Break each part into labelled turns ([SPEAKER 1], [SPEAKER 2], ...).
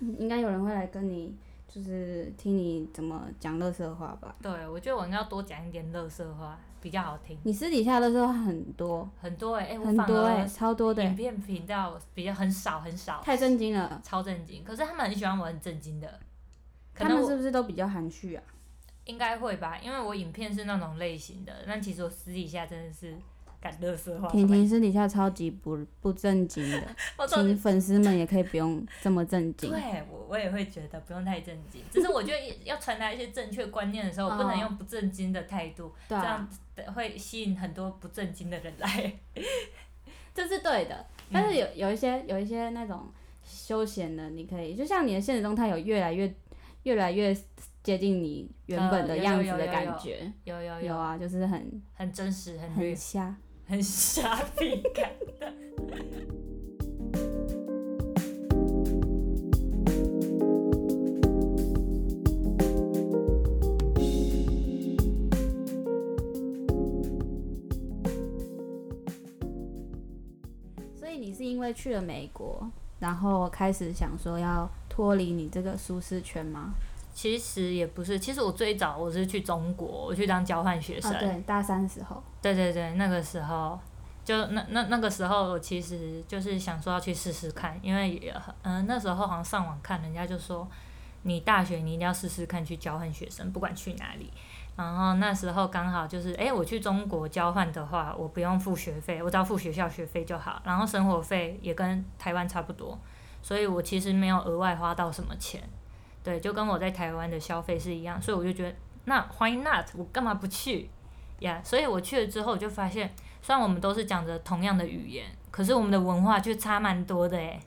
[SPEAKER 1] 应该有人会来跟你，就是听你怎么讲乐色话吧？
[SPEAKER 2] 对，我觉得我应该要多讲一点乐色话，比较好听。
[SPEAKER 1] 你私底下乐色话很多，
[SPEAKER 2] 很多哎、欸，我
[SPEAKER 1] 很
[SPEAKER 2] 反
[SPEAKER 1] 多哎、
[SPEAKER 2] 而
[SPEAKER 1] 超多的、
[SPEAKER 2] 影
[SPEAKER 1] 欸，
[SPEAKER 2] 片频道比较很少很少，
[SPEAKER 1] 太震惊了。
[SPEAKER 2] 超震惊。可是他们很喜欢我很震惊的，可
[SPEAKER 1] 他
[SPEAKER 2] 能
[SPEAKER 1] 们
[SPEAKER 2] 我
[SPEAKER 1] 是不是都比较含蓄啊？
[SPEAKER 2] 应该会吧，因为我影片是那种类型的，但其实我私底下真的是敢乐色话。
[SPEAKER 1] 婷婷私底下超级不不正经的，
[SPEAKER 2] 我到底
[SPEAKER 1] 请粉丝们也可以不用这么正经。
[SPEAKER 2] 对我我也会觉得不用太震惊，只是我觉得要传达一些正确观念的时候，我不能
[SPEAKER 1] 哦
[SPEAKER 2] 用不正经的态度，
[SPEAKER 1] 对啊
[SPEAKER 2] 这样，子会吸引很多不正经的人来。
[SPEAKER 1] 这是对的。但是有有一些有一些那种休闲的，你可以就像你的现实中，它有越来越越来越接近你原本的
[SPEAKER 2] 呃有
[SPEAKER 1] 样子
[SPEAKER 2] 有
[SPEAKER 1] 的
[SPEAKER 2] 有
[SPEAKER 1] 感
[SPEAKER 2] 有
[SPEAKER 1] 觉。
[SPEAKER 2] 有有
[SPEAKER 1] 有
[SPEAKER 2] 有，
[SPEAKER 1] 啊，就是很
[SPEAKER 2] 很真实，很
[SPEAKER 1] 很
[SPEAKER 2] 绿，
[SPEAKER 1] 瞎。
[SPEAKER 2] 很傻逼感的。
[SPEAKER 1] 所以你是因为去了美国，然后开始想说要脱离你这个舒适圈吗？
[SPEAKER 2] 其实也不是，其实我最早我是去中国，我去当交换学生。
[SPEAKER 1] 啊，对，大三时候，
[SPEAKER 2] 对对对，那个时候就那那那个时候，我其实就是想说要去试试看，因为嗯、呃那时候好像上网看人家就说，你大学你一定要试试看去交换学生，不管去哪里。然后那时候刚好就是，诶，我去中国交换的话，我不用付学费，我只要付学校学费就好，然后生活费也跟台湾差不多，所以我其实没有额外花到什么钱，对，就跟我在台湾的消费是一样，所以我就觉得那 why not，我干嘛不去？呀所以我去了之后，我就发现，虽然我们都是讲着同样的语言，可是我们的文化却差蛮多的欸诶。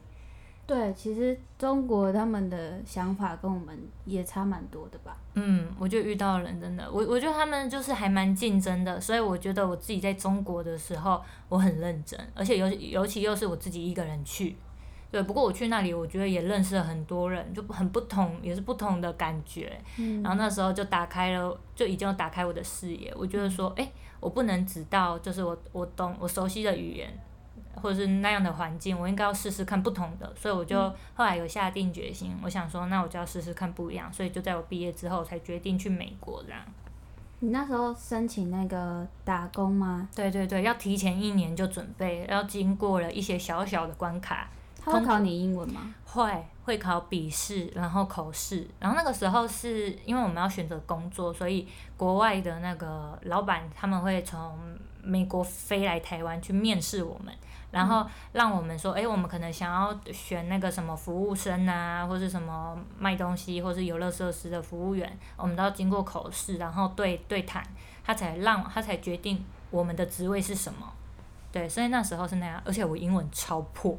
[SPEAKER 1] 对，其实中国他们的想法跟我们也差蛮多的吧？
[SPEAKER 2] 嗯，我就遇到人真的，我我觉得他们就是还蛮竞争的，所以我觉得我自己在中国的时候，我很认真，而且尤尤其又是我自己一个人去，对。不过我去那里，我觉得也认识了很多人，就很不同，也是不同的感觉。
[SPEAKER 1] 嗯
[SPEAKER 2] 然后那时候就打开了，就已经有打开我的视野。我觉得说，哎、我不能只到就是我我懂我熟悉的语言，或者是那样的环境，我应该要试试看不同的。所以我就后来有下定决心，我想说，那我就要试试看不一样。所以就在我毕业之后才决定去美国这样。
[SPEAKER 1] 你那时候申请那个打工吗？
[SPEAKER 2] 对对对，要提前一年就准备，然后经过了一些小小的关卡，
[SPEAKER 1] 他会考你英文吗？
[SPEAKER 2] 会会考笔试，然后口试，然后那个时候是因为我们要选择工作，所以国外的那个老板他们会从美国飞来台湾去面试我们，然后让我们说，哎、我们可能想要选那个什么服务生啊，或是什么卖东西，或是游乐设施的服务员，我们都要经过口试，然后对对谈，他才让他才决定我们的职位是什么。对，所以那时候是那样，而且我英文超破。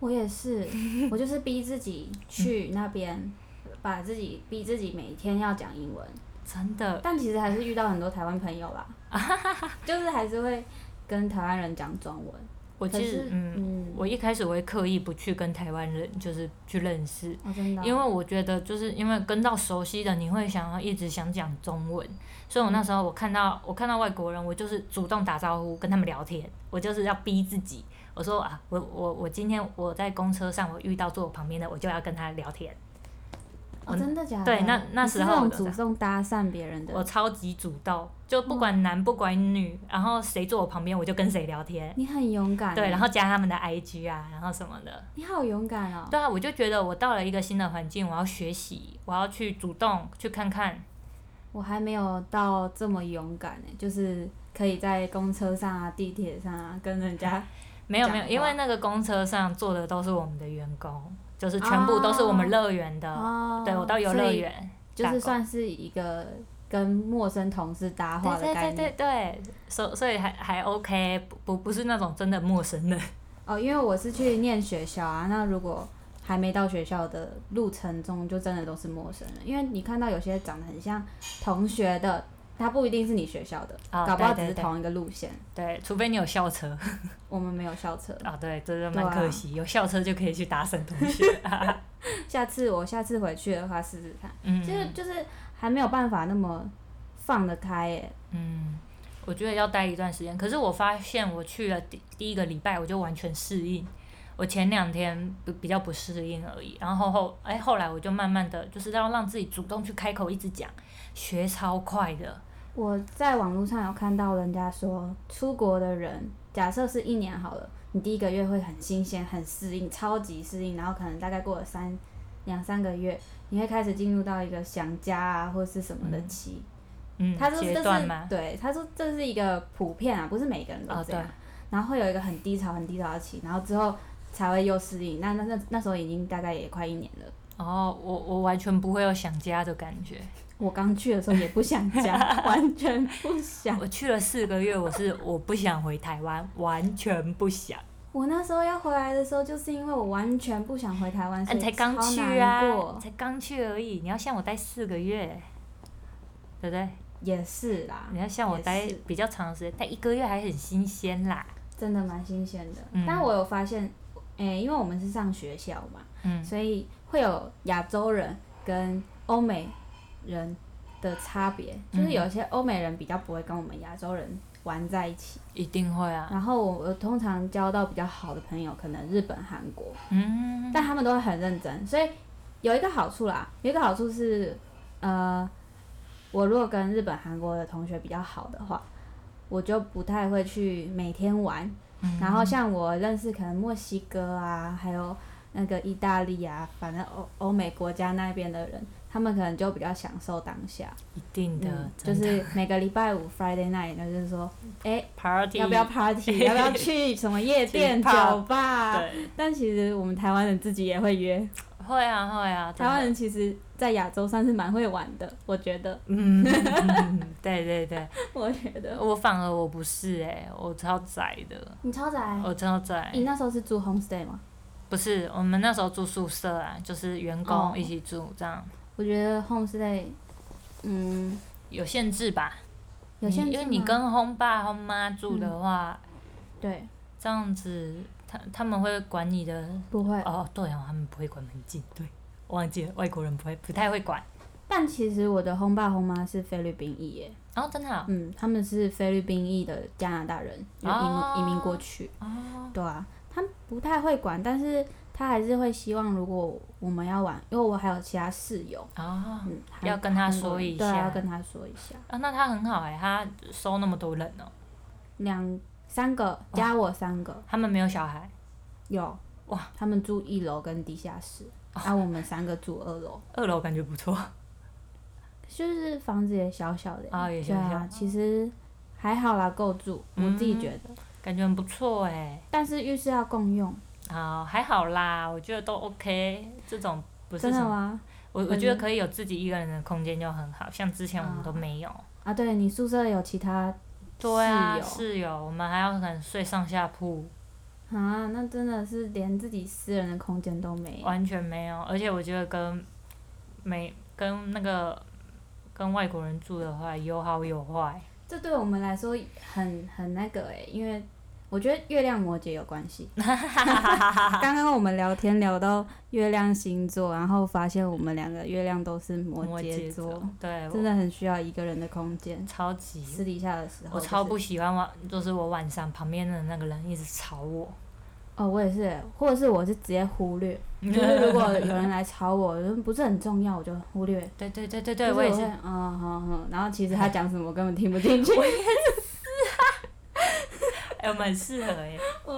[SPEAKER 1] 我也是， 我就是逼自己去那边，把自己逼自己每天要讲英文，
[SPEAKER 2] 真的，
[SPEAKER 1] 但其实还是遇到很多台湾朋友 啦，就是还是会跟台湾人讲中文。
[SPEAKER 2] 我
[SPEAKER 1] 可
[SPEAKER 2] 其
[SPEAKER 1] 是
[SPEAKER 2] 实，嗯，
[SPEAKER 1] 嗯，
[SPEAKER 2] 我一开始我会刻意不去跟台湾人就是去认识，
[SPEAKER 1] 我真的哦，
[SPEAKER 2] 因为我觉得就是因为跟到熟悉的，你会想要一直想讲中文，所以我那时候我看到我看到外国人，我就是主动打招呼跟他们聊天，我就是要逼自己，我说啊，我我我今天我在公车上我遇到坐我旁边的，我就要跟他聊天，
[SPEAKER 1] 哦，真的假的？
[SPEAKER 2] 对那那时候
[SPEAKER 1] 你
[SPEAKER 2] 我
[SPEAKER 1] 是
[SPEAKER 2] 就
[SPEAKER 1] 这种
[SPEAKER 2] 这样
[SPEAKER 1] 主动搭讪别人
[SPEAKER 2] 我
[SPEAKER 1] 的，嗯
[SPEAKER 2] 超级主动，就不管男不管女，然后谁坐我旁边我就跟谁聊天，
[SPEAKER 1] 你很勇敢欸，
[SPEAKER 2] 对，然后加他们的 IG 啊，然后什么的。
[SPEAKER 1] 你好勇敢哦，
[SPEAKER 2] 对啊，我就觉得我到了一个新的环境，我要学习，我要去主动去看看。
[SPEAKER 1] 我还没有到这么勇敢呢，就是可以在公车上啊、地铁上啊跟人家
[SPEAKER 2] 没有
[SPEAKER 1] 讲
[SPEAKER 2] 没有，因
[SPEAKER 1] 话
[SPEAKER 2] 为那个公车上坐的都是我们的员工，就是全部都是我们乐园的。
[SPEAKER 1] 哦
[SPEAKER 2] 呃对，我到游乐园
[SPEAKER 1] 就
[SPEAKER 2] 打
[SPEAKER 1] 是
[SPEAKER 2] 工
[SPEAKER 1] 算是一个跟陌生同事搭话
[SPEAKER 2] 对
[SPEAKER 1] 的
[SPEAKER 2] 对
[SPEAKER 1] 概
[SPEAKER 2] 对
[SPEAKER 1] 念
[SPEAKER 2] 对对，所所以还还 OK，不不不是那种真的陌生人。
[SPEAKER 1] 哦，因为我是去念学校啊，那如果还没到学校的路程中，就真的都是陌生人，因为你看到有些长得很像同学的，他不一定是你学校的，
[SPEAKER 2] 哦
[SPEAKER 1] 搞不好只
[SPEAKER 2] 对对
[SPEAKER 1] 是
[SPEAKER 2] 对
[SPEAKER 1] 同一个路线。
[SPEAKER 2] 对，除非你有校车
[SPEAKER 1] 我们没有校车，
[SPEAKER 2] 啊、对，这就
[SPEAKER 1] 对
[SPEAKER 2] 蛮
[SPEAKER 1] 啊
[SPEAKER 2] 可惜，有校车就可以去搭讪 同学。
[SPEAKER 1] 下次我下次回去的话试试看，
[SPEAKER 2] 嗯，
[SPEAKER 1] 就是就是还没有办法那么放得开耶、
[SPEAKER 2] 嗯，我觉得要待一段时间。可是我发现我去了第第一个礼拜，我就完全适应。我前两天比比较不适应而已，然后后哎后来我就慢慢的就是要让自己主动去开口一直讲，学超快的，
[SPEAKER 1] 我在网络上有看到人家说，出国的人假设是一年好了，你第一个月会很新鲜、很适应、超级适应，然后可能大概过了三两三个月，你会开始进入到一个想家啊或是什么的期。
[SPEAKER 2] 嗯，
[SPEAKER 1] 他说
[SPEAKER 2] 阶
[SPEAKER 1] 这
[SPEAKER 2] 段
[SPEAKER 1] 是
[SPEAKER 2] 吗？
[SPEAKER 1] 对，他说这是一个普遍啊，不是每个人都
[SPEAKER 2] 哦
[SPEAKER 1] 这样。然后会有一个很低潮、很低潮的期，然后之后才会又适应。那那那那时候已经大概也快一年了。
[SPEAKER 2] 哦，我我完全不会有想家的感觉。
[SPEAKER 1] 我刚去的时候也不想 家，完全不想。
[SPEAKER 2] 我去了四个月，我是我不想回台湾，完全不想。
[SPEAKER 1] 我那时候要回来的时候，就是因为我完全不想回台湾，
[SPEAKER 2] 啊
[SPEAKER 1] 所以
[SPEAKER 2] 你才刚
[SPEAKER 1] 超
[SPEAKER 2] 去
[SPEAKER 1] 难
[SPEAKER 2] 啊，
[SPEAKER 1] 过
[SPEAKER 2] 才刚去而已，你要像我待四个月，对不对？
[SPEAKER 1] 也是啦，
[SPEAKER 2] 你要像我待
[SPEAKER 1] 也是
[SPEAKER 2] 比较长的时间，待一个月还很新鲜啦。
[SPEAKER 1] 真的蛮新鲜的。
[SPEAKER 2] 嗯
[SPEAKER 1] 但我有发现，诶、因为我们是上学校嘛，
[SPEAKER 2] 嗯，
[SPEAKER 1] 所以会有亚洲人跟欧美人的差别，就是
[SPEAKER 2] 嗯
[SPEAKER 1] 有些欧美人比较不会跟我们亚洲人玩在一起。
[SPEAKER 2] 一定会啊。
[SPEAKER 1] 然后我我通常交到比较好的朋友，可能日本、韩国，
[SPEAKER 2] 嗯，
[SPEAKER 1] 但他们都会很认真，所以有一个好处啦，有一个好处是，呃，我如果跟日本、韩国的同学比较好的话，我就不太会去每天玩。
[SPEAKER 2] 嗯
[SPEAKER 1] 然后像我认识可能墨西哥啊，还有那个意大利啊，反正欧欧美国家那边的人，他们可能就比较享受当下，
[SPEAKER 2] 一定的，
[SPEAKER 1] 嗯，就
[SPEAKER 2] 真的
[SPEAKER 1] 是每个礼拜五 Friday night，就是说，哎、
[SPEAKER 2] party
[SPEAKER 1] 要不要 party？要不要去什么夜店、
[SPEAKER 2] 去 pub，
[SPEAKER 1] 酒吧？
[SPEAKER 2] 对，
[SPEAKER 1] 但其实我们台湾人自己也会约，
[SPEAKER 2] 会啊会啊，真
[SPEAKER 1] 台
[SPEAKER 2] 的
[SPEAKER 1] 湾人其实，在亚洲算是蛮会玩的，我觉 得，
[SPEAKER 2] 嗯，嗯 对对对，
[SPEAKER 1] 我觉得。
[SPEAKER 2] 我反而我不是哎、我超宅的，
[SPEAKER 1] 你超宅，
[SPEAKER 2] 我超宅。
[SPEAKER 1] 你那时候是住 homestay 吗？
[SPEAKER 2] 不是，我们那时候住宿舍啊，就是员
[SPEAKER 1] 哦
[SPEAKER 2] 工一起住这样，
[SPEAKER 1] 我觉得 homestay，嗯，
[SPEAKER 2] 有限制吧？
[SPEAKER 1] 有限制
[SPEAKER 2] 你因为你
[SPEAKER 1] 吗
[SPEAKER 2] 跟轰爸轰妈住的话，
[SPEAKER 1] 对
[SPEAKER 2] 这样子他他们会管你的。
[SPEAKER 1] 不会，
[SPEAKER 2] 哦，对哦，他们不会管门禁，对，忘记了，外国人不
[SPEAKER 1] 嗯
[SPEAKER 2] 会，不太会管。
[SPEAKER 1] 但其实我的轰爸轰妈是菲律宾裔耶，
[SPEAKER 2] 哦，真的啊、
[SPEAKER 1] 嗯，他们是菲律宾裔的加拿大人，就移民、
[SPEAKER 2] 哦
[SPEAKER 1] 移民过去，
[SPEAKER 2] 哦，
[SPEAKER 1] 对啊，他们不太会管，但是他还是会希望如果我们要玩，因为我还有其他室友，
[SPEAKER 2] 哦，
[SPEAKER 1] 嗯，韩
[SPEAKER 2] 要跟他说一
[SPEAKER 1] 对啊，
[SPEAKER 2] 下
[SPEAKER 1] 要跟他说一下，
[SPEAKER 2] 啊，那他很好哎、他收那么多人哦，
[SPEAKER 1] 两三个加我三个。
[SPEAKER 2] 他们没有小孩，
[SPEAKER 1] 有
[SPEAKER 2] 哇，哦
[SPEAKER 1] 他们住一楼跟地下室，啊，我们三个住二楼，
[SPEAKER 2] 二楼感觉 不错。
[SPEAKER 1] 就是房子也小小的
[SPEAKER 2] 啊也小
[SPEAKER 1] 对
[SPEAKER 2] 小
[SPEAKER 1] 啊，其实还好啦，够住，我
[SPEAKER 2] 嗯
[SPEAKER 1] 自己觉得。
[SPEAKER 2] 感觉很不错哎、
[SPEAKER 1] 但是浴室要共用，
[SPEAKER 2] 好，还好啦，我觉得都 OK。这种不是
[SPEAKER 1] 真
[SPEAKER 2] 什
[SPEAKER 1] 的
[SPEAKER 2] 么，
[SPEAKER 1] 吗？
[SPEAKER 2] 我我
[SPEAKER 1] 嗯
[SPEAKER 2] 觉得可以有自己一个人的空间就很好，像之前我们都没有。
[SPEAKER 1] 啊，对你宿舍有其他
[SPEAKER 2] 对啊，
[SPEAKER 1] 室
[SPEAKER 2] 室友，我们还要可能睡上下铺，
[SPEAKER 1] 友啊，那真的是连自己私人的空间都没有。
[SPEAKER 2] 完全没有。而且我觉得跟美跟那个跟外国人住的话，有好有坏。
[SPEAKER 1] 这对我们来说很很那个哎、因为我觉得月亮摩羯有关系。 刚刚我们聊天聊到月亮星座，然后发现我们两个月亮都是摩
[SPEAKER 2] 摩
[SPEAKER 1] 羯
[SPEAKER 2] 羯
[SPEAKER 1] 座
[SPEAKER 2] 座，，对，
[SPEAKER 1] 真
[SPEAKER 2] 我
[SPEAKER 1] 的很需要一个人的空间。
[SPEAKER 2] 超级。
[SPEAKER 1] 私底下的时候、
[SPEAKER 2] 我超不喜欢晚，就是我晚上旁边的那个人一直吵我。
[SPEAKER 1] 哦，我也是，或者是我是直接忽 略，就是如果有人来吵我，就是不是很重要，我就忽略。
[SPEAKER 2] 对对对对
[SPEAKER 1] 就
[SPEAKER 2] 对，我也
[SPEAKER 1] 会
[SPEAKER 2] 是，
[SPEAKER 1] 嗯好好，然后其实他讲什么我根本听不进去，
[SPEAKER 2] 哎、我们很适 合哎、
[SPEAKER 1] 我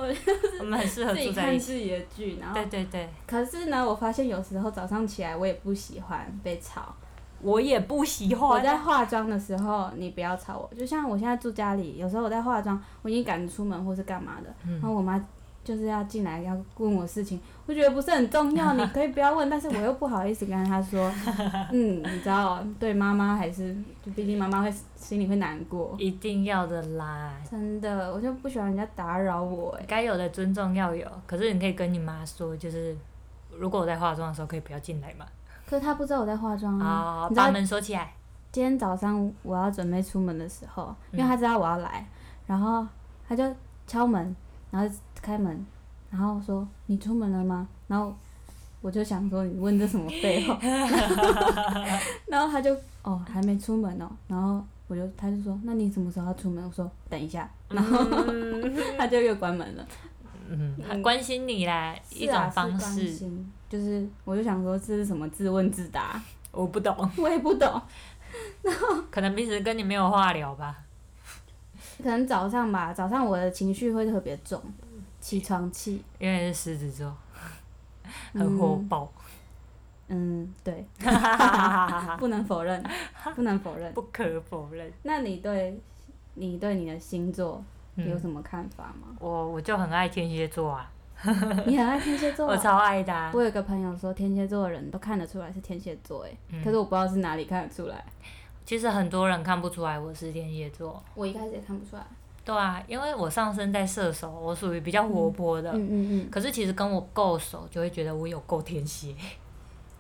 [SPEAKER 2] 我们很适合
[SPEAKER 1] 自己
[SPEAKER 2] 住在一
[SPEAKER 1] 看
[SPEAKER 2] 起。
[SPEAKER 1] 自己的剧，然后
[SPEAKER 2] 对对对，
[SPEAKER 1] 可是呢，我发现有时候早上起来我也不喜欢被吵。
[SPEAKER 2] 我也不喜
[SPEAKER 1] 我
[SPEAKER 2] 欢。啊
[SPEAKER 1] 在化妆的时候，你不要吵我。就像我现在住家里，有时候我在化妆，我已经赶着出门或是干嘛的，
[SPEAKER 2] 嗯
[SPEAKER 1] 然后我妈就是要进来要问我事情，我觉得不是很重要，你可以不要问，但是我又不好意思跟她说，嗯，你知道，对妈妈还是，就毕竟妈妈会心里会难过，
[SPEAKER 2] 一定要的啦，
[SPEAKER 1] 真的，我就不喜欢人家打扰我、哎，
[SPEAKER 2] 该有的尊重要有。可是你可以跟你妈说，就是如果我在化妆的时候，可以不要进来嘛。
[SPEAKER 1] 可是她不知道我在化妆啊。
[SPEAKER 2] 啊、
[SPEAKER 1] 你知道
[SPEAKER 2] 把门锁起来。
[SPEAKER 1] 今天早上我要准备出门的时候，因
[SPEAKER 2] 嗯
[SPEAKER 1] 为她知道我要来，然后她就敲门，然后开门，然后说你出门了吗？然后我就想说你问这什么废话， 然后他就哦还没出门哦，然后我就他 就说那你什么时候要出门？我说等一下，然后他就又关门了。
[SPEAKER 2] 嗯，
[SPEAKER 1] 嗯
[SPEAKER 2] 关心你啦，一
[SPEAKER 1] 是啊
[SPEAKER 2] 种方
[SPEAKER 1] 是关
[SPEAKER 2] 式。
[SPEAKER 1] 心就是我就想说这是什么自问自答，
[SPEAKER 2] 我不懂，
[SPEAKER 1] 我也不懂。
[SPEAKER 2] 可能平时跟你没有话聊吧。
[SPEAKER 1] 可能早上吧，早上我的情绪会特别重，起床气。
[SPEAKER 2] 因为是狮子座，很火 爆，
[SPEAKER 1] 嗯，对，
[SPEAKER 2] 啊
[SPEAKER 1] 不能否 认，不能否认。
[SPEAKER 2] 不可否认。
[SPEAKER 1] 那你对，你对你的星座有
[SPEAKER 2] 嗯，
[SPEAKER 1] 什么看法 吗？
[SPEAKER 2] 我我就很爱天蝎座啊，
[SPEAKER 1] 你很爱天蝎座
[SPEAKER 2] 我
[SPEAKER 1] 啊、
[SPEAKER 2] 超爱的、啊。
[SPEAKER 1] 我有个朋友说，天蝎座的人都看得出来是天蝎座，哎、
[SPEAKER 2] 嗯
[SPEAKER 1] 可是我不知道是哪里看得出来。
[SPEAKER 2] 其实很多人看不出来我是天蝎座，
[SPEAKER 1] 我一开始也看不出来。
[SPEAKER 2] 对啊，因为我上升在射手，我属于比较活泼的。
[SPEAKER 1] 嗯嗯嗯。
[SPEAKER 2] 可是其实跟我够熟，就会觉得我有够天蝎。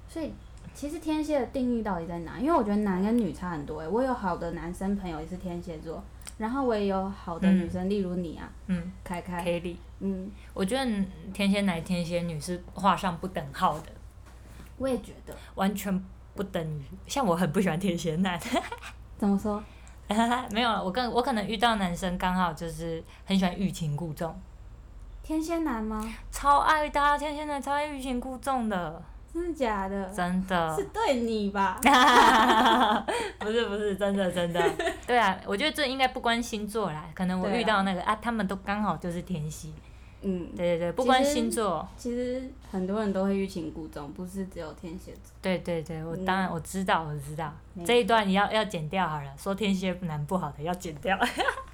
[SPEAKER 1] 所以其实天蝎的定义到底在哪？因为我觉得男跟女差很多、哎，我有好的男生朋友也是天蝎座，然后我也有好的女生，例如你啊，
[SPEAKER 2] 嗯
[SPEAKER 1] 凯凯，
[SPEAKER 2] ，Kelly，
[SPEAKER 1] 嗯，
[SPEAKER 2] 我觉得天蝎男、天蝎女是画上不等号的，
[SPEAKER 1] 我也觉得。
[SPEAKER 2] 完全不等于。像我很不喜欢天蝎男，
[SPEAKER 1] 怎么说？
[SPEAKER 2] 没有了。啊我跟我可能遇到男生刚好就是很喜欢欲擒故纵，
[SPEAKER 1] 天蝎男吗？
[SPEAKER 2] 超爱的、啊、天蝎男，超爱欲擒故纵的，
[SPEAKER 1] 真的假的？
[SPEAKER 2] 真的
[SPEAKER 1] 是。对你吧？
[SPEAKER 2] 不是不是，真的真的。对啊，我觉得这应该不关星座啦，可能我
[SPEAKER 1] 对啊
[SPEAKER 2] 遇到那个啊他们都刚好就是天蝎。
[SPEAKER 1] 嗯，
[SPEAKER 2] 对对对，不
[SPEAKER 1] 其
[SPEAKER 2] 关
[SPEAKER 1] 实
[SPEAKER 2] 星座。
[SPEAKER 1] 其实很多人都会欲擒故纵，不是只有天蝎座。
[SPEAKER 2] 对对对，我
[SPEAKER 1] 嗯
[SPEAKER 2] 当然我知道，我知道
[SPEAKER 1] 没
[SPEAKER 2] 这一段你要要剪掉好了，说天蝎男不好的要剪掉。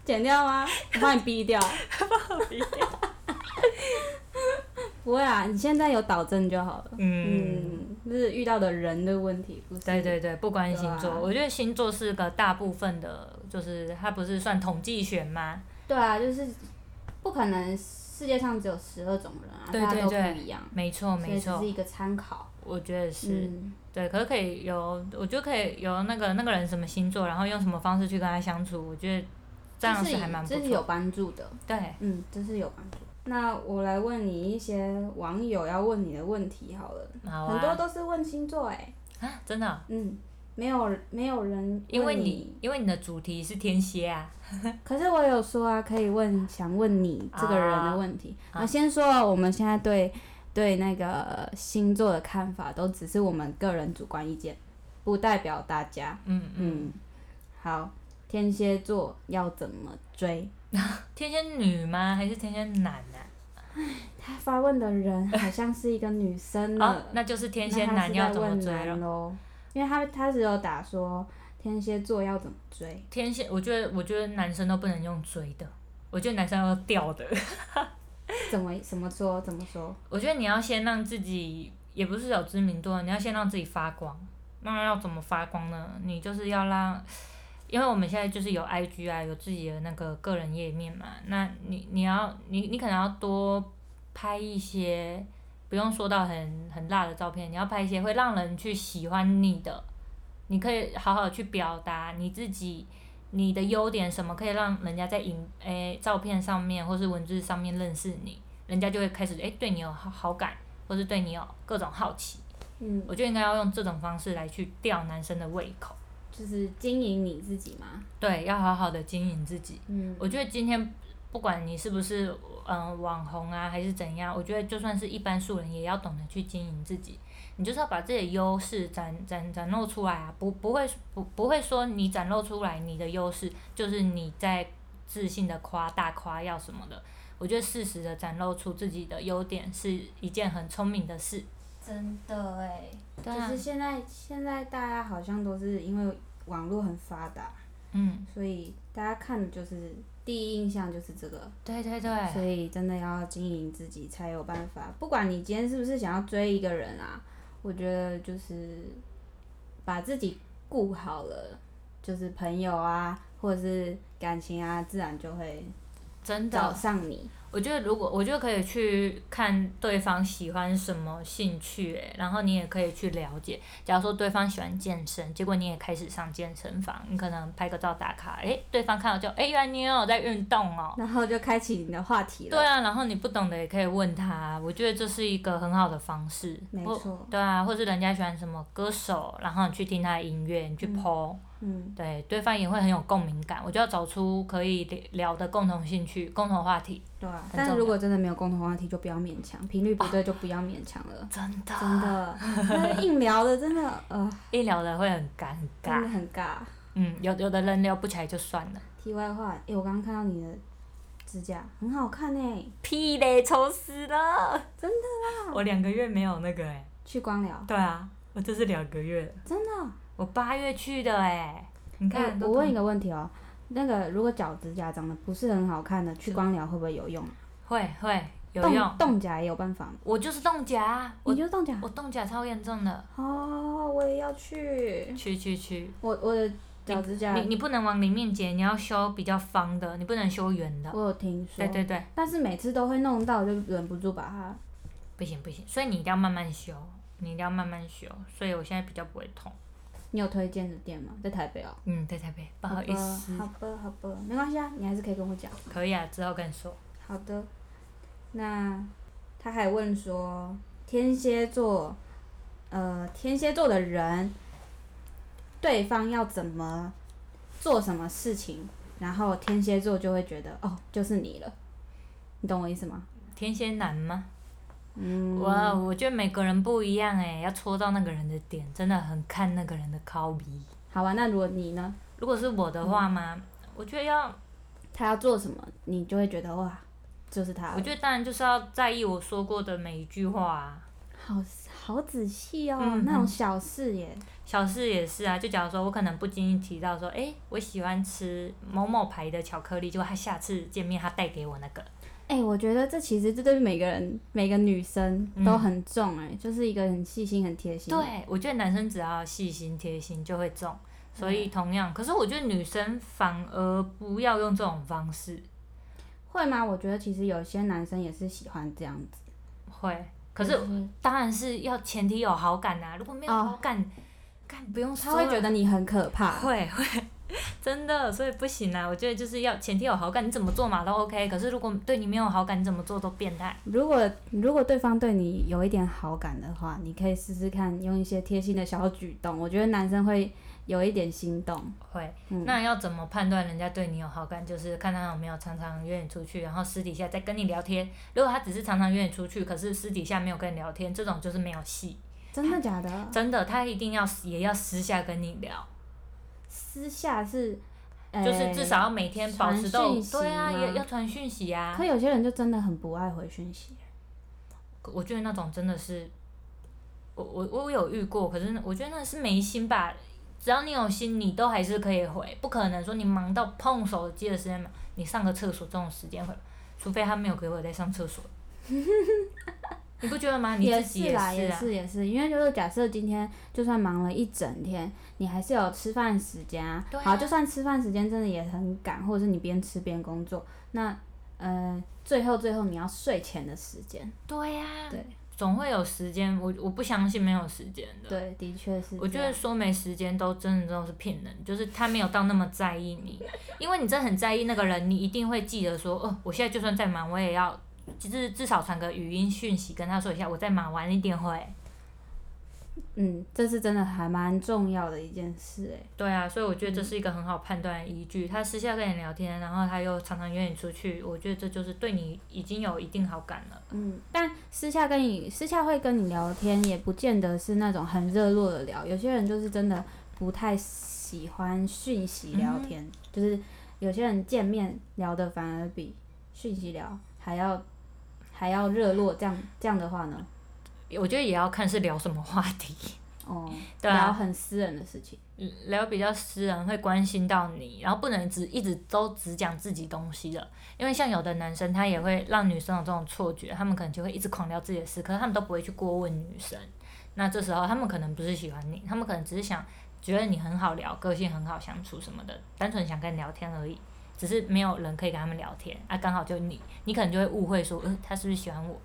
[SPEAKER 1] 剪掉吗？我帮你逼 掉。不会啊，你现在有导正就好了。
[SPEAKER 2] 嗯，
[SPEAKER 1] 嗯，就是遇到的人的问题，不是？
[SPEAKER 2] 对对对，不关星
[SPEAKER 1] 对
[SPEAKER 2] 座，
[SPEAKER 1] 啊
[SPEAKER 2] 我觉得星座是个大部分的，就是它不是算统计学吗？
[SPEAKER 1] 对啊，就是不可能世界上只有十二种人啊，
[SPEAKER 2] 对
[SPEAKER 1] 大家都
[SPEAKER 2] 对对
[SPEAKER 1] 不一样，
[SPEAKER 2] 没错
[SPEAKER 1] 所以
[SPEAKER 2] 没
[SPEAKER 1] 只
[SPEAKER 2] 错
[SPEAKER 1] 是，一个参考。
[SPEAKER 2] 我觉得是、
[SPEAKER 1] 嗯，
[SPEAKER 2] 对，可是可以有，我觉得可以有那个那个人什么星座，然后用什么方式去跟他相处，我觉得这样
[SPEAKER 1] 是
[SPEAKER 2] 是还蛮不
[SPEAKER 1] 这是
[SPEAKER 2] 错。
[SPEAKER 1] 有帮助的。
[SPEAKER 2] 对，
[SPEAKER 1] 嗯，这是有帮助。那我来问你一些网友要问你的问题好了，
[SPEAKER 2] 好
[SPEAKER 1] 很多
[SPEAKER 2] 啊，
[SPEAKER 1] 都是问星座哎、
[SPEAKER 2] 啊，真的哦、
[SPEAKER 1] 嗯，没有没有人
[SPEAKER 2] 因为
[SPEAKER 1] 问
[SPEAKER 2] 你因为你的主题是天蝎啊，
[SPEAKER 1] 可是我有说啊，可以问想问你这个人的问题。
[SPEAKER 2] 啊
[SPEAKER 1] 啊，先说啊我们现在对对那个星座的看法，都只是我们个人主观意见，不代表大家。
[SPEAKER 2] 嗯嗯，
[SPEAKER 1] 嗯，好，天蝎座要怎么追？
[SPEAKER 2] 天蝎女吗？还是天蝎男啊？
[SPEAKER 1] 他发问的 人好像是一个女生呢。
[SPEAKER 2] 哦，那就是天蝎男要怎么追了？
[SPEAKER 1] 喽？因为他他只有打说天蝎座要怎么追，
[SPEAKER 2] 天蝎，我觉得我觉得男生都不能用追的，我觉得男生要掉的。
[SPEAKER 1] 怎么怎么说怎么 说，
[SPEAKER 2] 我觉得你要先让自己，也不是有知名度，你要先让自己发光。那要怎么发光呢？你就是要让，因为我们现在就是有 IG 啊，有自己的那个个人页面嘛。那你你要你你可能要多拍一些，不用说到很很辣的照片，你要拍一些会让人去喜欢你的。你可以好好去表达你自己，你的优点什么可以让人家在影诶、照片上面或是文字上面认识你。人家就会开始哎、诶对你有好好感，或是对你有各种好奇。
[SPEAKER 1] 嗯，
[SPEAKER 2] 我就应该要用这种方式来去吊男生的胃口。
[SPEAKER 1] 就是经营你自己嘛，
[SPEAKER 2] 对，要好好的经营自己。
[SPEAKER 1] 嗯，
[SPEAKER 2] 我觉得今天不管你是不是嗯、呃网红啊，还是怎样，我觉得就算是一般素人，也要懂得去经营自己。你就是要把自己的优势展展展露出来啊，不不会不不会说你展露出来你的优势，就是你在自信的夸大夸耀什么的。我觉得适时的展露出自己的优点是一件很聪明的事。
[SPEAKER 1] 真的哎、
[SPEAKER 2] 对啊
[SPEAKER 1] 就是现在现在大家好像都是因为网络很发达，
[SPEAKER 2] 嗯，
[SPEAKER 1] 所以大家看的就是第一印象就是这个，
[SPEAKER 2] 对对
[SPEAKER 1] 所
[SPEAKER 2] 对，
[SPEAKER 1] 以真的要经营自己才有办法。不管你今天是不是想要追一个人啊，我觉得就是把自己顾好了，就是朋友啊，或者是感情啊，自然就会
[SPEAKER 2] 真的
[SPEAKER 1] 找。上 你。
[SPEAKER 2] 我觉得如果我觉得可以去看对方喜欢什么兴趣、欸，然后你也可以去了解。假如说对方喜欢健身，结果你也开始上健身房，你可能拍个照打卡，诶、对方看到就诶、原来你也有在运动哦、
[SPEAKER 1] 然后就开启你的话题了。
[SPEAKER 2] 对啊，然后你不懂的也可以问他，我觉得这是一个很好的方式。
[SPEAKER 1] 没
[SPEAKER 2] 或
[SPEAKER 1] 错
[SPEAKER 2] 对啊，或是人家喜欢什么歌手，然后你去听他的音乐，你去 PO，、
[SPEAKER 1] 嗯，
[SPEAKER 2] 对，对方也会很有共鸣感。我就要找出可以聊的共同兴趣、共同话题。
[SPEAKER 1] 对啊。
[SPEAKER 2] 很
[SPEAKER 1] 但是
[SPEAKER 2] 重
[SPEAKER 1] 如果真的没有共同话题，就不要勉强，频率不对就不要勉强 了。
[SPEAKER 2] 真的，
[SPEAKER 1] 真的，那硬聊的真的，呃，
[SPEAKER 2] 一聊的会很尴
[SPEAKER 1] 真
[SPEAKER 2] 尬
[SPEAKER 1] 的。很尬。
[SPEAKER 2] 嗯，有有的人聊不起来就算了。
[SPEAKER 1] 题外话，哎、我刚刚看到你的指甲很好看哎、
[SPEAKER 2] 屁嘞，丑死了！
[SPEAKER 1] 真
[SPEAKER 2] 的啦。我两个月没有那个哎、
[SPEAKER 1] 去光疗，
[SPEAKER 2] 对啊，我这是两个月了，
[SPEAKER 1] 真的。
[SPEAKER 2] 我八月去的哎、你看，
[SPEAKER 1] 哎
[SPEAKER 2] 都
[SPEAKER 1] 我问一
[SPEAKER 2] 同
[SPEAKER 1] 个问题哦，那个如果脚指甲长得不是很好看的，去光疗会不会有用？
[SPEAKER 2] 会会有
[SPEAKER 1] 冻
[SPEAKER 2] 用，
[SPEAKER 1] 冻嗯甲也有办法吗？
[SPEAKER 2] 我就是冻甲啊，
[SPEAKER 1] 你
[SPEAKER 2] 我
[SPEAKER 1] 就冻甲
[SPEAKER 2] 我冻甲超严重的，
[SPEAKER 1] 哦，我也要去。
[SPEAKER 2] 去去去，
[SPEAKER 1] 我我的脚指甲
[SPEAKER 2] 你，你不能往里面剪，你要修比较方的，你不能修圆的。
[SPEAKER 1] 我有听说，
[SPEAKER 2] 对对对，
[SPEAKER 1] 但是每次都会弄到，就忍不住把它。
[SPEAKER 2] 不行不行，所以你一定要慢慢修，你一定要慢慢修。所以我现在比较不会痛。
[SPEAKER 1] 你有推荐的店吗？在台北哦。
[SPEAKER 2] 嗯，对台北，不好意思，
[SPEAKER 1] 好吧，好吧，好吧，没关系啊，你还是可以跟我讲。
[SPEAKER 2] 可以啊，之后跟你说。
[SPEAKER 1] 好的，那他还问说，天蝎座，呃，天蝎座的人，对方要怎么做什么事情，然后天蝎座就会觉得，哦，就是你了，你懂我意思吗？
[SPEAKER 2] 天蝎男吗？嗯，哇，我觉得每个人不一样哎、要戳到那个人的点，真的很看那个人的口鼻。
[SPEAKER 1] 好啊吧，那如果你呢，
[SPEAKER 2] 如果是我的话嘛，我觉得要
[SPEAKER 1] 他要做什么，你就会觉得哇，就是他
[SPEAKER 2] 我
[SPEAKER 1] 了，
[SPEAKER 2] 觉得当然就是要在意我说过的每一句话、啊，
[SPEAKER 1] 好好仔细哦，
[SPEAKER 2] 嗯
[SPEAKER 1] 那种小事耶，
[SPEAKER 2] 小事也是啊。就假如说我可能不经意提到说，诶，我喜欢吃某某牌的巧克力，就他下次见面他带给我那个，
[SPEAKER 1] 哎、我觉得这其实这对每个人、每个女生
[SPEAKER 2] 嗯
[SPEAKER 1] 都很重哎、就是一个很细心、很贴心。，
[SPEAKER 2] 对我觉得男生只要细心贴心就会中。所以同样，可是我觉得女生反而不要用这种方式，
[SPEAKER 1] 会吗？我觉得其实有些男生也是喜欢这样子。
[SPEAKER 2] 会。可是当然是要前提有好感啊，如果没有
[SPEAKER 1] 哦
[SPEAKER 2] 好感，干、不用说
[SPEAKER 1] 他会
[SPEAKER 2] 了
[SPEAKER 1] 觉得你很可怕。
[SPEAKER 2] 会会， 真的，所以不行啊！我觉得就是要前提有好感，你怎么做嘛都 OK。可是如果对你没有好感，你怎么做都变态。
[SPEAKER 1] 如果如果对方对你有一点好感的话，你可以试试看用一些贴心的小举动。我觉得男生会有一点心动。
[SPEAKER 2] 会，
[SPEAKER 1] 嗯
[SPEAKER 2] 那要怎么判断人家对你有好感？就是看他有没有常常约你出去，然后私底下再跟你聊天。如果他只是常常约你出去，可是私底下没有跟你聊天，这种就是没有戏。
[SPEAKER 1] 真的假的？
[SPEAKER 2] 真的，他一定要也要私下跟你聊，
[SPEAKER 1] 私下是，呃
[SPEAKER 2] 就是至。少要每天保持
[SPEAKER 1] 传
[SPEAKER 2] 都
[SPEAKER 1] 讯息
[SPEAKER 2] 对啊，
[SPEAKER 1] 吗
[SPEAKER 2] 也要传讯息啊
[SPEAKER 1] 可。有些人就真的很不爱回讯息。
[SPEAKER 2] 我觉得那种真的是，我我我有遇过，可是我觉得那是没心吧。只要你有心，你都还是可以回，不可能说你忙到碰手机的时间嘛，你上个厕所这种时间回，除非他没有给我在上厕所。 你不觉得吗？你
[SPEAKER 1] 也
[SPEAKER 2] 自己
[SPEAKER 1] 是
[SPEAKER 2] 是
[SPEAKER 1] 啦，也
[SPEAKER 2] 啊，
[SPEAKER 1] 是也是，因为就是假设今天就算忙了一整天，你还是有吃饭时间啊。
[SPEAKER 2] 对啊
[SPEAKER 1] 好，就算吃饭时间真的也很赶，或者是你边吃边工作，那呃，最后最后你要睡前的时间，
[SPEAKER 2] 对呀、
[SPEAKER 1] 对
[SPEAKER 2] 总会有时间。我我不相信没有时间的。
[SPEAKER 1] 对，的确是这样。
[SPEAKER 2] 啊我觉得说没时间都真的都是骗人，就是他没有到那么在意你，因为你真的很在意那个人，你一定会记得说，哦，我现在就算再忙，我也要至至少传个语音讯息跟他说一下，我再忙晚一点回。
[SPEAKER 1] 嗯，这是真的还蛮重要的一件事哎、
[SPEAKER 2] 对啊，所以我觉得这是一个很好判断的依据。他私下跟你聊天，然后他又常常约你出去，我觉得这就是对你已经有一定好感了。
[SPEAKER 1] 嗯，但私下跟你私下会跟你聊天，也不见得是那种很热络的聊。有些人就是真的不太喜欢讯息聊天，就是有些人见面聊的反而比讯息聊还要还要热络。这样这样的话呢，
[SPEAKER 2] 我觉得也要看是聊什么话题，
[SPEAKER 1] 哦，
[SPEAKER 2] 对啊
[SPEAKER 1] 聊很私人的事情。
[SPEAKER 2] 聊比较私人，会关心到你，然后不能只一直都只讲自己东西的，因为像有的男生他也会让女生有这种错觉，他们可能就会一直狂聊自己的事，可是他们都不会去过问女生。那这时候他们可能不是喜欢你，他们可能只是想觉得你很好聊，个性很好相处什么的，单纯想跟你聊天而已，只是没有人可以跟他们聊天啊，刚好就你，你可能就会误会说，呃，他是不是喜欢我？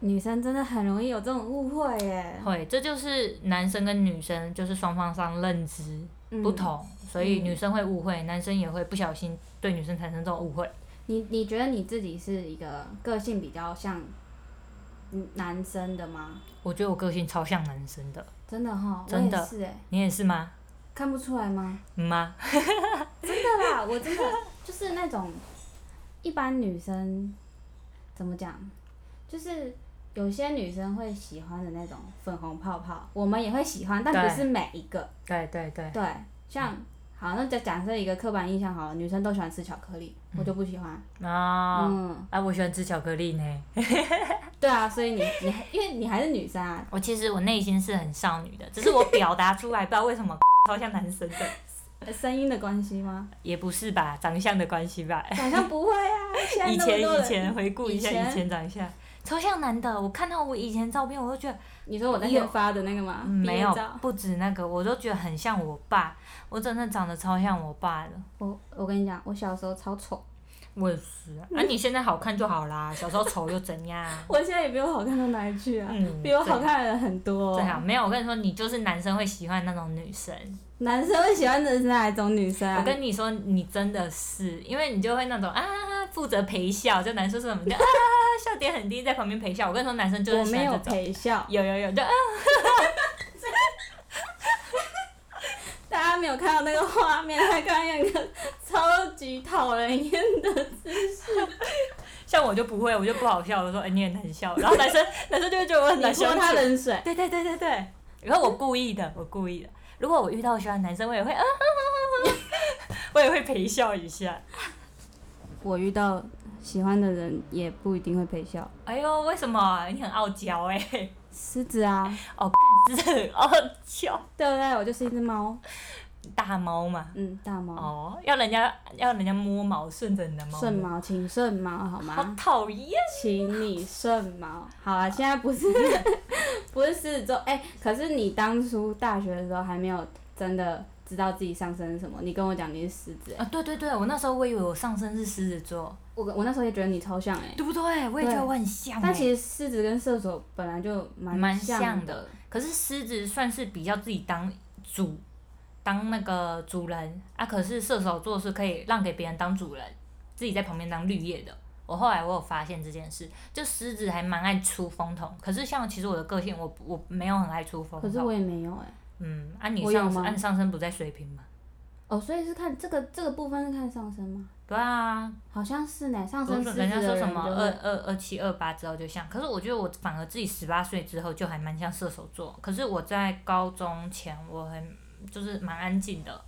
[SPEAKER 1] 女生真的很容易有这种误会耶，
[SPEAKER 2] 会，这就是男生跟女生就是双方上认知
[SPEAKER 1] 嗯
[SPEAKER 2] 不。同，所以女生会误会，男生也会不小心对女生产生这种误会。
[SPEAKER 1] 你你觉得你自己是一个个性比较像嗯男生的吗？
[SPEAKER 2] 我觉得我个性超像男生的，
[SPEAKER 1] 真的哈，我
[SPEAKER 2] 真的
[SPEAKER 1] 也是哎。
[SPEAKER 2] 你也是吗？嗯
[SPEAKER 1] 看不出来吗？
[SPEAKER 2] 吗？
[SPEAKER 1] 真的啦，我真的就是那种一般女生怎么讲，就是有些女生会喜欢的那种粉红泡泡，我们也会喜欢，但不
[SPEAKER 2] 对
[SPEAKER 1] 是每一个。
[SPEAKER 2] 对对对，
[SPEAKER 1] 对，像好，那就假设一个刻板印象好了，女生都喜欢吃巧克力，
[SPEAKER 2] 嗯
[SPEAKER 1] 我就不喜欢。
[SPEAKER 2] 啊、
[SPEAKER 1] 嗯，
[SPEAKER 2] 啊，我喜欢吃巧克力呢。
[SPEAKER 1] 对啊，所以你你因为你还是女生啊，
[SPEAKER 2] 我其实我内心是很少女的，只是我表达出来，不知道为什么超像男生的，
[SPEAKER 1] 呃声音的关系吗？
[SPEAKER 2] 也不是吧，长相的关系吧。
[SPEAKER 1] 好像不会啊，现在
[SPEAKER 2] 以
[SPEAKER 1] 那么
[SPEAKER 2] 前
[SPEAKER 1] 多
[SPEAKER 2] 以
[SPEAKER 1] 人。
[SPEAKER 2] 前回顾一下
[SPEAKER 1] 以前
[SPEAKER 2] 以前长相，超像男的。我看到我以前照片，我都觉得、
[SPEAKER 1] 你说我那
[SPEAKER 2] 有
[SPEAKER 1] 天发的那个吗？
[SPEAKER 2] 嗯没
[SPEAKER 1] 毕业
[SPEAKER 2] 有
[SPEAKER 1] 啊照，
[SPEAKER 2] 不止那个，我都觉得很像我爸。我真的长得超像我爸的。
[SPEAKER 1] 我我跟你讲，我小时候超丑，
[SPEAKER 2] 我也是啊，啊你现在好看就好 啦，小时候丑又怎样？
[SPEAKER 1] 我现在也没有好看到哪里去啊，
[SPEAKER 2] 嗯
[SPEAKER 1] 比我好看的人很多、哦
[SPEAKER 2] 最好没有。我跟你说，你就是男生会喜欢那种女生。
[SPEAKER 1] 男生会喜欢的是哪一种女生啊？
[SPEAKER 2] 我跟你说，你真的是，因为你就会那种啊，负责陪笑，就男生是什 么就啊，笑点很低，在旁边陪笑。我跟你说，男生就是
[SPEAKER 1] 我
[SPEAKER 2] 喜
[SPEAKER 1] 没有
[SPEAKER 2] 欢这种。
[SPEAKER 1] 陪笑，
[SPEAKER 2] 有有有，就啊，
[SPEAKER 1] 大家没有看到那个画面，他刚刚有一个超级讨人厌的
[SPEAKER 2] 像我就不会，我就不好笑。我说，哎、你很难笑。然后 男生男生就会觉得我很难
[SPEAKER 1] 你
[SPEAKER 2] 笑
[SPEAKER 1] 泼。他冷水，
[SPEAKER 2] 对对对对对，然后我故意的，我故意的。如果我遇到喜欢的男生，我也会啊， 我也会陪笑一下。
[SPEAKER 1] 我遇到喜欢的人也不一定会陪笑。
[SPEAKER 2] 哎呦，为什么你很傲娇哎、
[SPEAKER 1] 狮子啊，
[SPEAKER 2] 是很 傲娇，
[SPEAKER 1] 对不对？我就是一只猫，
[SPEAKER 2] 大猫嘛。
[SPEAKER 1] 嗯，大猫，
[SPEAKER 2] 哦，要人家要人家摸毛，顺着你的毛。
[SPEAKER 1] 顺、毛，请顺毛好
[SPEAKER 2] 好
[SPEAKER 1] 吗？
[SPEAKER 2] 讨厌。
[SPEAKER 1] 请你顺毛。好啊，现在不是 不是狮子座，哎、可是你当初大学的时候还没有真的知道自己上升是什么，你跟我讲你是狮子、哎
[SPEAKER 2] 啊，对对对，我那时候我以为我上身是狮子座，
[SPEAKER 1] 我我那时候也觉得你超像哎、
[SPEAKER 2] 对不对？我也觉
[SPEAKER 1] 对
[SPEAKER 2] 得我很像、欸。
[SPEAKER 1] 但其实狮子跟射手本来就蛮
[SPEAKER 2] 蛮
[SPEAKER 1] 像
[SPEAKER 2] 像的，可是狮子算是比较自己当主，当那个主人啊。可是射手座是可以让给别人当主人，自己在旁边当绿叶的。我后来我有发现这件事，就狮子还蛮爱出风头。可是像其实我的个性，我我没有很爱出风头。
[SPEAKER 1] 可是我也没有哎、
[SPEAKER 2] 嗯，啊你
[SPEAKER 1] 我有
[SPEAKER 2] 上
[SPEAKER 1] 吗
[SPEAKER 2] 按、你上身不在水平吗？
[SPEAKER 1] 哦，所以是看这个这个部分是看上升吗？
[SPEAKER 2] 对啊，
[SPEAKER 1] 好像是呢，上
[SPEAKER 2] 不
[SPEAKER 1] 升
[SPEAKER 2] 是
[SPEAKER 1] 狮子的
[SPEAKER 2] 人家说什么
[SPEAKER 1] 就
[SPEAKER 2] 二
[SPEAKER 1] 会
[SPEAKER 2] 二二七二八之后就像，可是我觉得我反而自己十八岁之后就还蛮像射手座，可是我在高中前我很就是蛮安静的，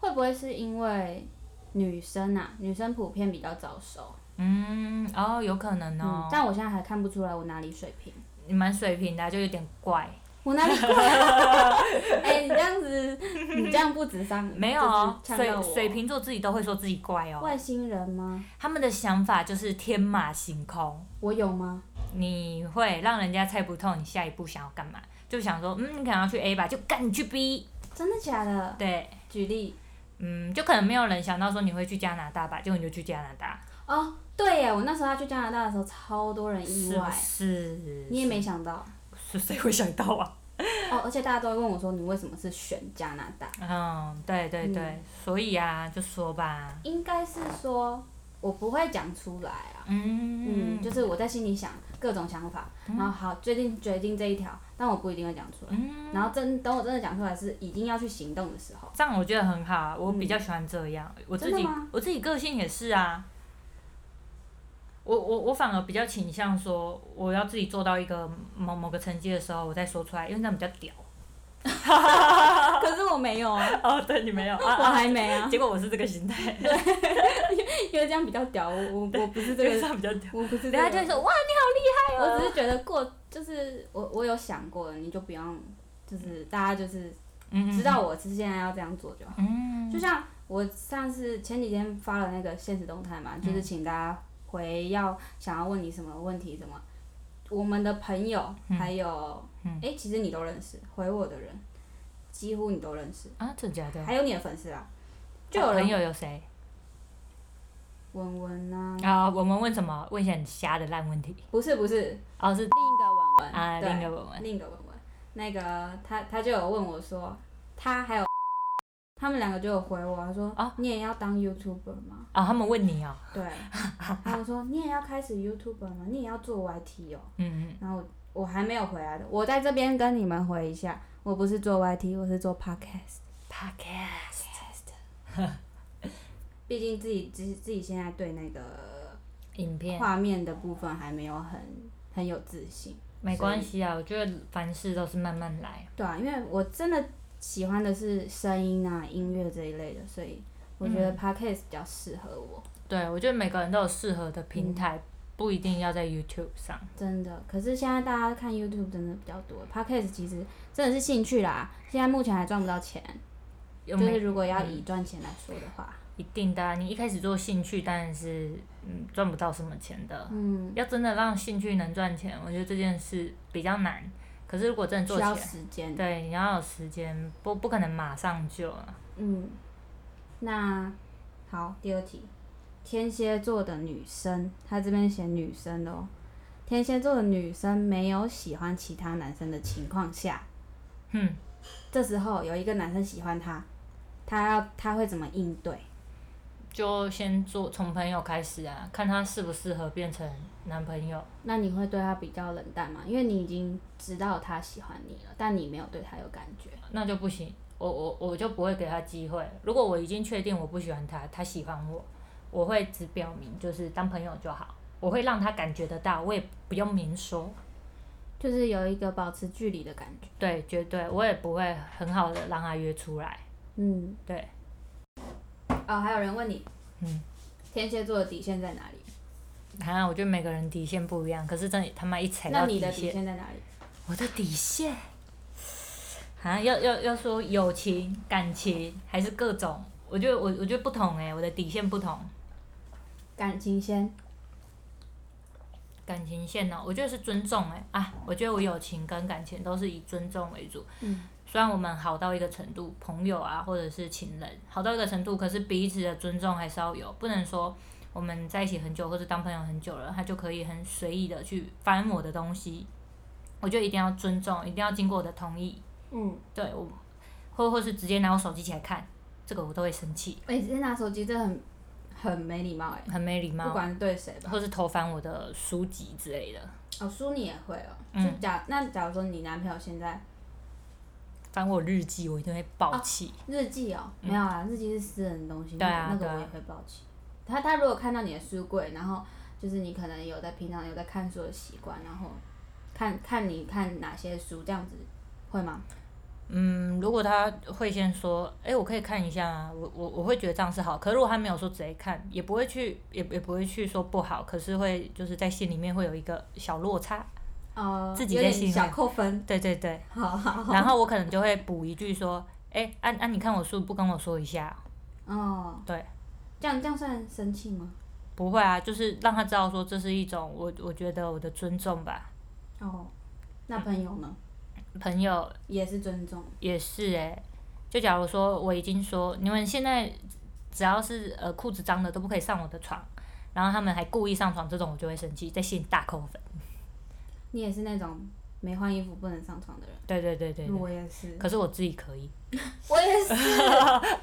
[SPEAKER 1] 会不会是因为女生啊，女生普遍比较早熟
[SPEAKER 2] 嗯，哦，有可能哦
[SPEAKER 1] 嗯，，但我现在还看不出来我哪里水平，
[SPEAKER 2] 你蛮水平的啊、就有点怪，
[SPEAKER 1] 我哪里怪啊哎、你这样子，你这样不止上，
[SPEAKER 2] 没有哦，
[SPEAKER 1] 就是呛到
[SPEAKER 2] 水
[SPEAKER 1] 我
[SPEAKER 2] 水瓶座自己都会说自己怪哦，
[SPEAKER 1] 外星人吗？
[SPEAKER 2] 他们的想法就是天马行空，
[SPEAKER 1] 我有吗？
[SPEAKER 2] 你会让人家猜不透你下一步想要干嘛，就想说，嗯，你可能要去 A 吧，就干你去 B，
[SPEAKER 1] 真的假的？
[SPEAKER 2] 对，
[SPEAKER 1] 举例
[SPEAKER 2] 嗯，就可能没有人想到说你会去加拿大吧，结果你就去加拿大。
[SPEAKER 1] 哦，对耶，我那时候要去加拿大的时候，超多人意
[SPEAKER 2] 是
[SPEAKER 1] 外
[SPEAKER 2] 不，是？
[SPEAKER 1] 你也没想到
[SPEAKER 2] 是谁会想到啊？
[SPEAKER 1] 哦，而且大家都会问我说，你为什么是选加拿大？
[SPEAKER 2] 嗯，对对对，所以啊，就说吧，
[SPEAKER 1] 应该是说我不会讲出来啊。
[SPEAKER 2] 嗯
[SPEAKER 1] 嗯，就是我在心里想各种想法，然后好最近决定这一条，但我不一定会讲出来。
[SPEAKER 2] 嗯，
[SPEAKER 1] 然后真等我真的讲出来是已经要去行动的时候，
[SPEAKER 2] 这样我觉得很好啊，我比较喜欢这样，我自
[SPEAKER 1] 嗯真
[SPEAKER 2] 己
[SPEAKER 1] 的吗
[SPEAKER 2] 我自己个性也是啊。我我我反而比较倾向说，我要自己做到一个某某个成绩的时候，我再说出来，因为那样比较 屌。
[SPEAKER 1] 可是我没有 啊，
[SPEAKER 2] 哦，对你没有
[SPEAKER 1] 我
[SPEAKER 2] 啊啊！
[SPEAKER 1] 还没啊，
[SPEAKER 2] 结果我是这个心态，
[SPEAKER 1] 因为这样比较屌，我 我我不是 这
[SPEAKER 2] 这
[SPEAKER 1] 个，
[SPEAKER 2] 个上比较屌。
[SPEAKER 1] 我不是这
[SPEAKER 2] 人家就
[SPEAKER 1] 个
[SPEAKER 2] 会，说哇，哦
[SPEAKER 1] 我只是觉得过就是我我有想过，你就不用就是大家就是
[SPEAKER 2] 嗯
[SPEAKER 1] 知道我是现在要这样做就好。
[SPEAKER 2] 嗯，
[SPEAKER 1] 就像我上次前几天发了那个现实动态
[SPEAKER 2] 嗯
[SPEAKER 1] 嘛，就是请大家回要想要问你什么问题什么，我们的朋友
[SPEAKER 2] 嗯
[SPEAKER 1] 还有哎、诶其实你都认识，回我的人几乎你都认识，
[SPEAKER 2] 啊，真的假的？
[SPEAKER 1] 还有你的粉丝啊，就有
[SPEAKER 2] 哦朋
[SPEAKER 1] 人
[SPEAKER 2] 友有谁？
[SPEAKER 1] 文文啊，
[SPEAKER 2] 啊，我们问什么？问一些很瞎的烂问题。
[SPEAKER 1] 不是不是
[SPEAKER 2] 哦，是
[SPEAKER 1] 另一个文文
[SPEAKER 2] 啊，
[SPEAKER 1] 对
[SPEAKER 2] 另一个文文。
[SPEAKER 1] 另一个文文，那个他他就有问我说，他还有 他们两个就有回我，他说、
[SPEAKER 2] 啊
[SPEAKER 1] 你也要当 YouTuber 吗？
[SPEAKER 2] 啊，他们问你哦，
[SPEAKER 1] 对，然后我说你也要开始 YouTube 吗？你也要做 YT 哦。
[SPEAKER 2] 嗯，
[SPEAKER 1] 然后我 我还没有回来的，我在这边跟你们回一下，我不是做 YT，我是做 Podcast。
[SPEAKER 2] Podcast，
[SPEAKER 1] 毕竟自己自自己现在对那个
[SPEAKER 2] 影片
[SPEAKER 1] 画面的部分还没有很很有自信。
[SPEAKER 2] 没关系啊，我觉得凡事都是慢慢来。
[SPEAKER 1] 对啊，因为我真的喜欢的是声音啊、音乐这一类的，所以我觉得
[SPEAKER 2] 嗯
[SPEAKER 1] podcast 比较适合我。
[SPEAKER 2] 对，我觉得每个人都有适合的平台，不一定要在 YouTube 上。
[SPEAKER 1] 真的，可是现在大家看 YouTube 真的比较多，podcast 其实真的是兴趣啦。现在目前还赚不到钱，
[SPEAKER 2] 有
[SPEAKER 1] 就
[SPEAKER 2] 没嗯
[SPEAKER 1] 是如果要以赚钱来说的话，
[SPEAKER 2] 一定的、啊，你一开始做兴趣当然是嗯赚不到什么钱的。
[SPEAKER 1] 嗯，
[SPEAKER 2] 要真的让兴趣能赚钱，我觉得这件事比较难。可是如果真的做
[SPEAKER 1] 需
[SPEAKER 2] 起
[SPEAKER 1] 要
[SPEAKER 2] 来，
[SPEAKER 1] 时间。
[SPEAKER 2] 对，你要有时间，不不可能马上就啊。
[SPEAKER 1] 嗯，那好，第二题，天蝎座的女生，她这边写女生的哦。天蝎座的女生没有喜欢其他男生的情况下，
[SPEAKER 2] 哼，
[SPEAKER 1] 这时候有一个男生喜欢她，她要她会怎么应对？
[SPEAKER 2] 就先做从朋友开始啊，看他适不适合变成男朋友。
[SPEAKER 1] 那你会对她比较冷淡吗？因为你已经知道她喜欢你了，但你没有对她有感觉。
[SPEAKER 2] 那就不行，我我我就不会给他机会。如果我已经确定我不喜欢他，他喜欢我，我会只表明就是当朋友就好，我会让他感觉得到，我也不用明说。
[SPEAKER 1] 就是有一个保持距离的感觉。
[SPEAKER 2] 对，绝对我也不会很好的让他约出来。
[SPEAKER 1] 嗯，
[SPEAKER 2] 对，
[SPEAKER 1] 哦，还有人问你，
[SPEAKER 2] 嗯，
[SPEAKER 1] 天蝎座的底线在哪里？
[SPEAKER 2] 啊，我觉得每个人底线不一样，可是真的他妈一踩
[SPEAKER 1] 那
[SPEAKER 2] 到
[SPEAKER 1] 你的底
[SPEAKER 2] 线，
[SPEAKER 1] 线在哪里？
[SPEAKER 2] 我的底线。啊，要要要说友情、感情还是各种，我觉得我我觉得不同哎、我的底线不同。
[SPEAKER 1] 感情先。
[SPEAKER 2] 感情线呢、哦我觉得是尊重哎、啊，我觉得我友情跟感情都是以尊重为主。
[SPEAKER 1] 嗯，
[SPEAKER 2] 虽然我们好到一个程度，朋友啊或者是情人好到一个程度，可是彼此的尊重还是要有，不能说我们在一起很久或者当朋友很久了，他就可以很随意的去翻我的东西。我觉得一定要尊重，一定要经过我的同意。
[SPEAKER 1] 嗯，
[SPEAKER 2] 对我，或或是直接拿我手机起来看，这个我都会生气，
[SPEAKER 1] 哎、直接拿手机真的很很没礼貌哎、
[SPEAKER 2] 很没礼
[SPEAKER 1] 不
[SPEAKER 2] 貌，
[SPEAKER 1] 管是对谁吧。
[SPEAKER 2] 或是偷翻我的书籍之类的，
[SPEAKER 1] 哦，书你也会哦。
[SPEAKER 2] 嗯
[SPEAKER 1] 就假那假如说你男朋友现在
[SPEAKER 2] 翻我日记，我一定会
[SPEAKER 1] 啊
[SPEAKER 2] 爆气。
[SPEAKER 1] 日记哦，没有啊，日记是私人的东西，
[SPEAKER 2] 对啊
[SPEAKER 1] 那个
[SPEAKER 2] 对啊
[SPEAKER 1] 我也会抱歉。他他如果看到你的书柜，然后就是你可能有在平常有在看书的习惯，然后看看你看哪些书这样子，会吗？
[SPEAKER 2] 嗯，如果他会先说，哎、我可以看一下啊，我我我会觉得这样是好。可如果他没有说直接看，也不会去，也也不会去说不好，可是会就是在心里面会有一个小落差。
[SPEAKER 1] 哦、
[SPEAKER 2] 自己
[SPEAKER 1] 有
[SPEAKER 2] 在
[SPEAKER 1] 点
[SPEAKER 2] 心里
[SPEAKER 1] 小
[SPEAKER 2] 面
[SPEAKER 1] 扣分。
[SPEAKER 2] 对对对，
[SPEAKER 1] 嗯好好好。
[SPEAKER 2] 然后我可能就会补一句说，哎、啊啊，你看我书不跟我说一下？
[SPEAKER 1] 哦，
[SPEAKER 2] 对，
[SPEAKER 1] 这样这样算生气吗？
[SPEAKER 2] 不会啊，就是让他知道说这是一种我我觉得我的尊重吧。
[SPEAKER 1] 哦，那朋友呢？
[SPEAKER 2] 朋友
[SPEAKER 1] 也是尊重。
[SPEAKER 2] 也是哎、就假如说我已经说你们现在只要是呃裤子脏的都不可以上我的床，然后他们还故意上床，这种我就会生气，在心里大扣分。
[SPEAKER 1] 你也是那种没换衣服不能上床的人，
[SPEAKER 2] 对对对对对
[SPEAKER 1] 我也 是，
[SPEAKER 2] 可是我自己可 以。
[SPEAKER 1] 我也是，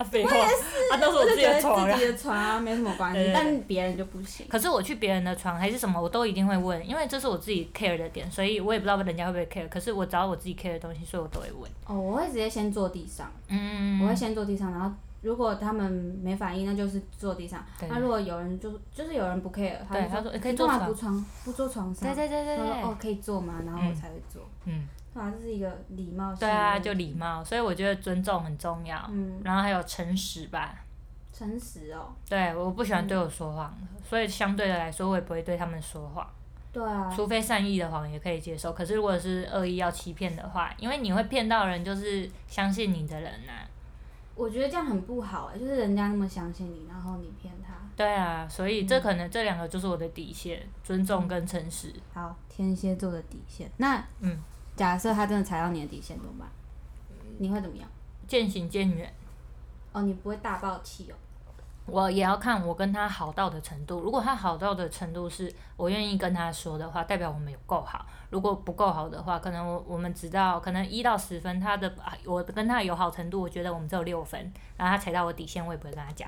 [SPEAKER 2] 废话，啊，都是
[SPEAKER 1] 我
[SPEAKER 2] 我
[SPEAKER 1] 就
[SPEAKER 2] 自己
[SPEAKER 1] 觉得
[SPEAKER 2] 的床
[SPEAKER 1] 自
[SPEAKER 2] 啦。
[SPEAKER 1] 己的床啊没什么关系
[SPEAKER 2] 对，对对
[SPEAKER 1] 但别人就不行。
[SPEAKER 2] 可是我去别人的床还是什么，我都一定会问，因为这是我自己 care 的点，所以我也不知道人家会不会 care。可是我找我自己 care 的东西，所以我都会问。
[SPEAKER 1] 哦，我会直接先坐地上，
[SPEAKER 2] 嗯，
[SPEAKER 1] 我会先坐地上，然后如果他们没反应，那就是坐地上。
[SPEAKER 2] 对
[SPEAKER 1] 那如果有人就就是有人不 care，他
[SPEAKER 2] 对
[SPEAKER 1] 就
[SPEAKER 2] 他
[SPEAKER 1] 说
[SPEAKER 2] 说，欸可以
[SPEAKER 1] 你
[SPEAKER 2] 坐
[SPEAKER 1] 干嘛
[SPEAKER 2] 床
[SPEAKER 1] 不。床不坐床上？
[SPEAKER 2] 对对对对
[SPEAKER 1] 他说
[SPEAKER 2] 对，
[SPEAKER 1] 哦可以坐吗？然后我才会坐。
[SPEAKER 2] 嗯，
[SPEAKER 1] 对啊，这是一个礼貌性
[SPEAKER 2] 对
[SPEAKER 1] 的问题。
[SPEAKER 2] 啊，就礼貌，所以我觉得尊重很重要。
[SPEAKER 1] 嗯，
[SPEAKER 2] 然后还有诚实吧。
[SPEAKER 1] 诚实哦。
[SPEAKER 2] 对，我不喜欢对我说谎，所以相对的来说，我也不会对他们说谎，
[SPEAKER 1] 对啊，
[SPEAKER 2] 除非善意的谎也可以接受。可是如果是恶意要欺骗的话，因为你会骗到人，就是相信你的人呐、啊
[SPEAKER 1] 我觉得这样很不好哎，就是人家那么相信你，然后你骗他。
[SPEAKER 2] 对啊，所以这可能这两个就是我的底线，尊重跟诚实。
[SPEAKER 1] 好，天蝎座的底线。那
[SPEAKER 2] 嗯，
[SPEAKER 1] 假设他真的踩到你的底线怎么办？你会怎么样？
[SPEAKER 2] 渐行渐远。
[SPEAKER 1] 哦，你不会大爆气哦。
[SPEAKER 2] 我也要看我跟他好到的程度。如果他好到的程度是我愿意跟他说的话，代表我们有够好；如果不够好的话，可能我我们只到可能一到十分，他的啊我跟他友好程度，我觉得我们只有六分，然后他踩到我底线，我也不会跟他讲，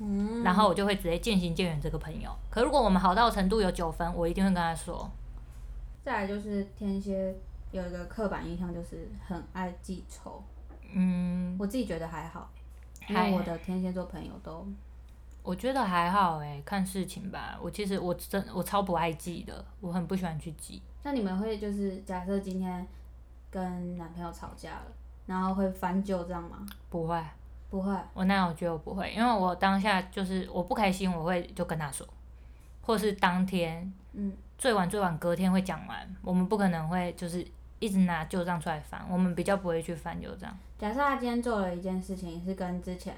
[SPEAKER 1] 嗯，
[SPEAKER 2] 然后我就会直接渐行渐远这个朋友。可如果我们好到的程度有九分，我一定会跟他说。
[SPEAKER 1] 再来就是天蝎有一个刻板印象，就是很爱记仇。
[SPEAKER 2] 嗯，
[SPEAKER 1] 我自己觉得还好，因
[SPEAKER 2] 还
[SPEAKER 1] 为我的天蝎座朋友都
[SPEAKER 2] 我觉得还好哎、看事情吧。我其实我真我超不爱记的，我很不喜欢去记。
[SPEAKER 1] 那你们会就是假设今天跟男朋友吵架了，然后会翻旧账吗？
[SPEAKER 2] 不会，
[SPEAKER 1] 不会，
[SPEAKER 2] 我那我觉得我不会，因为我当下就是我不开心，我会就跟他说，或是当天
[SPEAKER 1] 嗯，
[SPEAKER 2] 最晚最晚隔天会讲完。我们不可能会就是一直拿旧账出来翻，我们比较不会去翻旧账。
[SPEAKER 1] 假设他今天做了一件事情是跟之前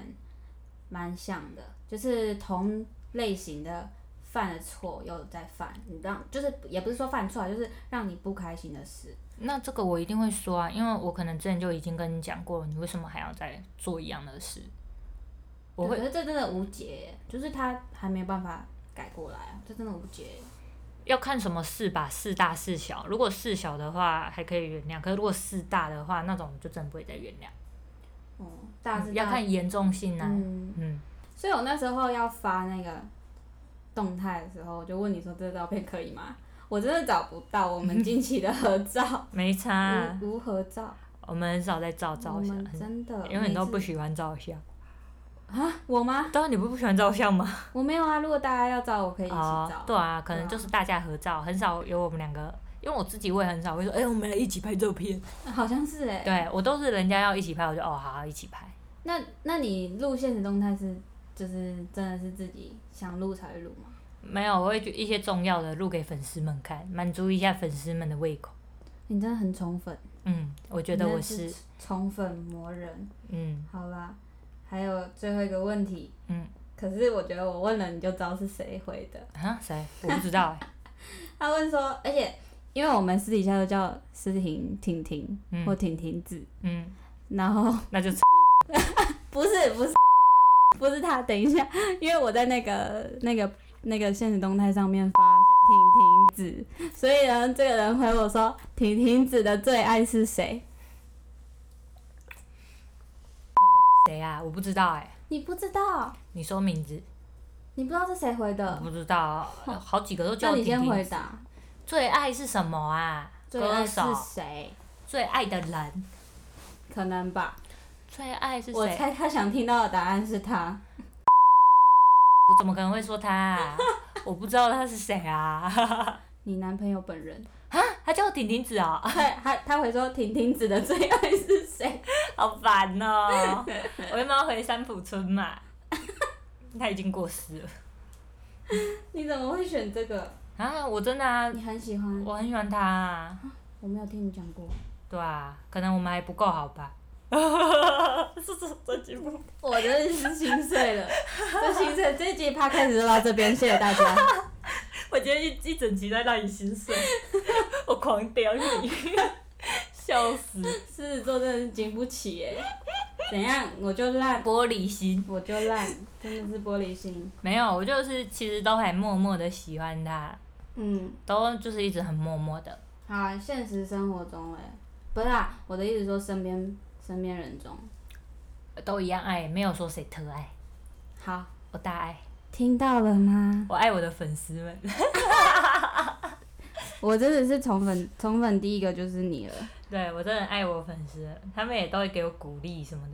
[SPEAKER 1] 蛮像的，就是同类型的犯了错又在犯，你让就是也不是说犯错啊，就是让你不开心的事。
[SPEAKER 2] 那这个我一定会说啊，因为我可能之前就已经跟你讲过了，你为什么还要再做一样的事？我
[SPEAKER 1] 对
[SPEAKER 2] 会
[SPEAKER 1] 可是这真的无解耶，就是他还没有办法改过来啊，这真的无解耶。
[SPEAKER 2] 要看什么事吧，事大事小。如果事小的话还可以原谅，可是如果事大的话，那种就真的不会再原谅。
[SPEAKER 1] 哦、大致
[SPEAKER 2] 要
[SPEAKER 1] 大
[SPEAKER 2] 看严重性啊。
[SPEAKER 1] 嗯，
[SPEAKER 2] 嗯，
[SPEAKER 1] 所以我那时候要发那个动态的时候，我就问你说这照片可以吗？我真的找不到我们近期的合 照，
[SPEAKER 2] 没差啊、
[SPEAKER 1] 无无合照，
[SPEAKER 2] 我们很少在照
[SPEAKER 1] 我
[SPEAKER 2] 照相，
[SPEAKER 1] 们真的
[SPEAKER 2] 因为你都不
[SPEAKER 1] 每次
[SPEAKER 2] 喜欢照相。
[SPEAKER 1] 啊，我吗？
[SPEAKER 2] 当然你不不喜欢照相吗？
[SPEAKER 1] 我没有啊，如果大家要照，我可以一起
[SPEAKER 2] 哦
[SPEAKER 1] 照。，
[SPEAKER 2] 对啊，可能
[SPEAKER 1] 对啊
[SPEAKER 2] 就是大家合照，很少有我们两个。因为我自己我也 很少会说，哎、我们来一起拍照片。
[SPEAKER 1] 好像是哎、
[SPEAKER 2] 对我都是人家要一起拍，我就哦好一起拍。
[SPEAKER 1] 那那你录现实动态是就是真的是自己想录才会录吗？
[SPEAKER 2] 没有，我会觉一些重要的录给粉丝们看，满足一下粉丝们的胃口。
[SPEAKER 1] 你真的很宠粉，
[SPEAKER 2] 嗯，我觉得
[SPEAKER 1] 你真
[SPEAKER 2] 我
[SPEAKER 1] 的
[SPEAKER 2] 是，
[SPEAKER 1] 宠粉魔人。
[SPEAKER 2] 嗯
[SPEAKER 1] 好啦，还有最后一个问题，
[SPEAKER 2] 嗯，
[SPEAKER 1] 可是我觉得我问了你就知道是谁回的。
[SPEAKER 2] 啊谁？我不知 道哎、
[SPEAKER 1] 他问说，而且因为我们私底下都叫思婷、婷婷
[SPEAKER 2] 嗯
[SPEAKER 1] 或婷婷子，
[SPEAKER 2] 嗯，
[SPEAKER 1] 然后
[SPEAKER 2] 那就
[SPEAKER 1] 不是不是不是他，等一下，因为我在那个那个那个现实动态上面发婷婷子，所以呢，这个人回我说婷婷子的最爱是谁？
[SPEAKER 2] 谁啊？我不知道哎、
[SPEAKER 1] 你不知道，
[SPEAKER 2] 你说名字？
[SPEAKER 1] 你不知道是谁回
[SPEAKER 2] 我
[SPEAKER 1] 的？
[SPEAKER 2] 不知 道，好几个都叫
[SPEAKER 1] 呃那
[SPEAKER 2] 我
[SPEAKER 1] 你
[SPEAKER 2] 婷啊
[SPEAKER 1] 先回
[SPEAKER 2] 婷。
[SPEAKER 1] 答，
[SPEAKER 2] 最爱是什么啊？
[SPEAKER 1] 最
[SPEAKER 2] 歌
[SPEAKER 1] 爱是
[SPEAKER 2] 手
[SPEAKER 1] 谁？
[SPEAKER 2] 最爱的人，
[SPEAKER 1] 可能吧，
[SPEAKER 2] 最爱是
[SPEAKER 1] 我
[SPEAKER 2] 谁？
[SPEAKER 1] 猜他想听到的答案是他。
[SPEAKER 2] 我怎么可能会说他、啊？ 我不知道他是谁啊！
[SPEAKER 1] 你男朋友本人，
[SPEAKER 2] 啊，他叫我婷婷子哦，
[SPEAKER 1] 他他他回说婷婷子的最爱是谁？
[SPEAKER 2] 好烦哦！我原本要回三浦村嘛，他已经过世了
[SPEAKER 1] 你怎么会选这个？
[SPEAKER 2] 啊！我真的啊，
[SPEAKER 1] 你很喜欢？
[SPEAKER 2] 我很喜欢他、啊，
[SPEAKER 1] 我没有听你讲过。
[SPEAKER 2] 对啊，可能我们还不够好吧？ 是这这节目
[SPEAKER 1] 我真的是心碎 了，这心碎，这一集 p 开始就到这边，谢谢大家。
[SPEAKER 2] 我今天一一整集在让你心碎，我狂屌你， 笑死！
[SPEAKER 1] 狮子座真的 是经不起耶、怎样？我就烂，
[SPEAKER 2] 玻璃心
[SPEAKER 1] 我就烂，真的是玻璃心。
[SPEAKER 2] 没有，我就是其实都还默默的喜欢他，
[SPEAKER 1] 嗯，
[SPEAKER 2] 都就是一直很默默的。
[SPEAKER 1] 好啊、现实生活中哎、不是啊，我的意思说身边身边人中，
[SPEAKER 2] 都一样爱，没有说谁特爱，
[SPEAKER 1] 好，
[SPEAKER 2] 我大爱，
[SPEAKER 1] 听到了吗？
[SPEAKER 2] 我爱我的粉丝们。
[SPEAKER 1] 我真的是宠粉，宠粉第一个就是你了。
[SPEAKER 2] 对我真的爱我粉丝们，他们也都会给我鼓励什么的。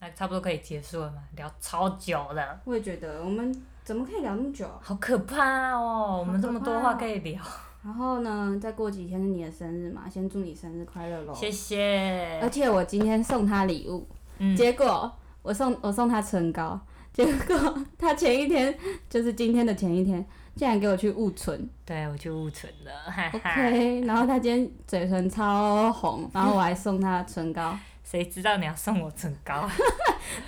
[SPEAKER 2] 那差不多可以结束了嘛？聊超久了，
[SPEAKER 1] 我也觉得，我们怎么可以聊那么久啊？
[SPEAKER 2] 好可怕哦！我们这么多话可以聊，
[SPEAKER 1] 然后呢，再过几天是你的生日嘛，先祝你生日快乐喽！
[SPEAKER 2] 谢谢
[SPEAKER 1] 而。且我今天送他礼物，
[SPEAKER 2] 嗯
[SPEAKER 1] 呃结果我送我送他唇膏，结果他前一天就是今天的前一天，竟然给我去雾 唇
[SPEAKER 2] 对我去误存了，哈哈。
[SPEAKER 1] ，OK，然后他今天嘴唇超红，然后我还送他唇 膏，
[SPEAKER 2] 谁知道你要送我唇膏 啊？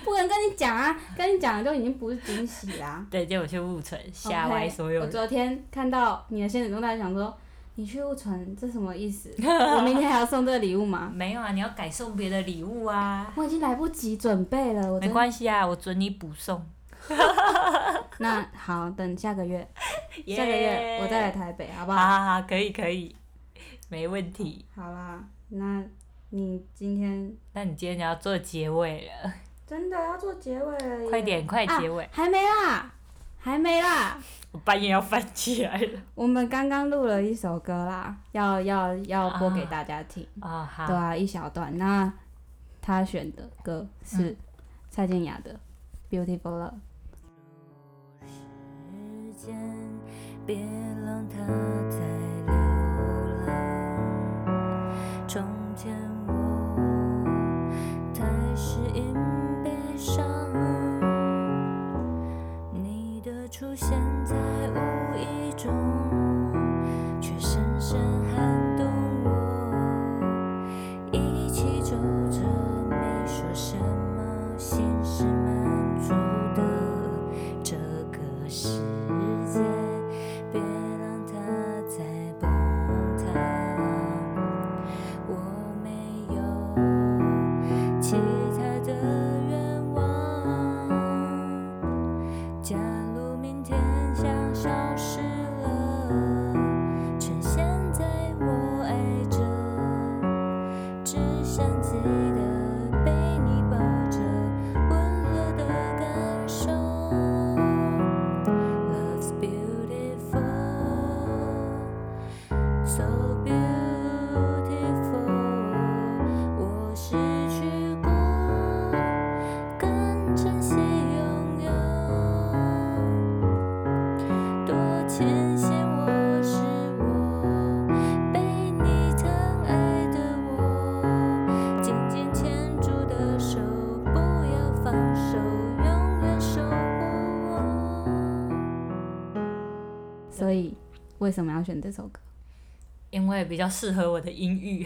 [SPEAKER 1] 不能跟你讲啊，跟你讲就已经不是惊喜啦、
[SPEAKER 2] 对，结果去误存，吓歪所有
[SPEAKER 1] 我
[SPEAKER 2] 人。
[SPEAKER 1] 昨天看到你的现实中，大家想说你去雾唇这什么意 思？我明天还要送这个礼物吗？
[SPEAKER 2] 没有啊，你要改送别的礼物啊。
[SPEAKER 1] 我已经来不及准备了，我
[SPEAKER 2] 没
[SPEAKER 1] 真的。
[SPEAKER 2] 关系啊，我准你补送。
[SPEAKER 1] 那好，等下个 月，下个月我再来台北，好不
[SPEAKER 2] 好
[SPEAKER 1] 好？
[SPEAKER 2] 好好，可以可以，没问题。
[SPEAKER 1] 好啦，那你今天
[SPEAKER 2] 那你今天要做结尾了，
[SPEAKER 1] 真的要做结尾了耶啊
[SPEAKER 2] 快点快结尾，
[SPEAKER 1] 还没啦，还没啦，
[SPEAKER 2] 我半夜要翻起来了。
[SPEAKER 1] 我们刚刚录了一首歌啦，要要要播给大家听，
[SPEAKER 2] 啊、好，
[SPEAKER 1] 对啊，一小段。那他选的歌是蔡健雅的《Beautiful Love》。
[SPEAKER 3] 时间，别让它再流浪。从前我太适应悲伤，你的出现在无意中，却深深撼动我。一起走着，没说什么，心是满足的。这个世界，别让它再崩塌。我没有其他的愿望。假如明天想消失了，趁现在我爱着，只想记得被你抱着，温热的感受。Love's beautiful. So beautiful，我失去过，更珍惜拥有。多庆幸我是我，被你疼爱的我，紧紧牵住的手，不要放手，永远守护我。
[SPEAKER 1] 所以为什么要选这首歌？
[SPEAKER 2] 因为比较适合我的音域，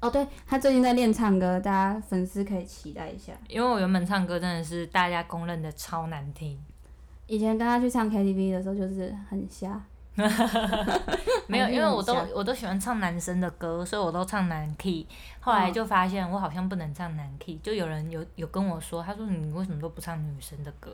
[SPEAKER 1] 哦，对他最近在练唱歌，大家粉丝可以期待一下。
[SPEAKER 2] 因为我原本唱歌真的是大家公认的超难 听，
[SPEAKER 1] 以前跟他去唱 KTV 的时候，就是很瞎。
[SPEAKER 2] 没有，
[SPEAKER 1] 还是
[SPEAKER 2] 因为我都
[SPEAKER 1] 很像
[SPEAKER 2] 我都喜欢唱男生的歌，所以我都唱男 key。后来就发现我好像不能唱男 key，就有人有有跟我说，他说你为什么都不唱女生的歌？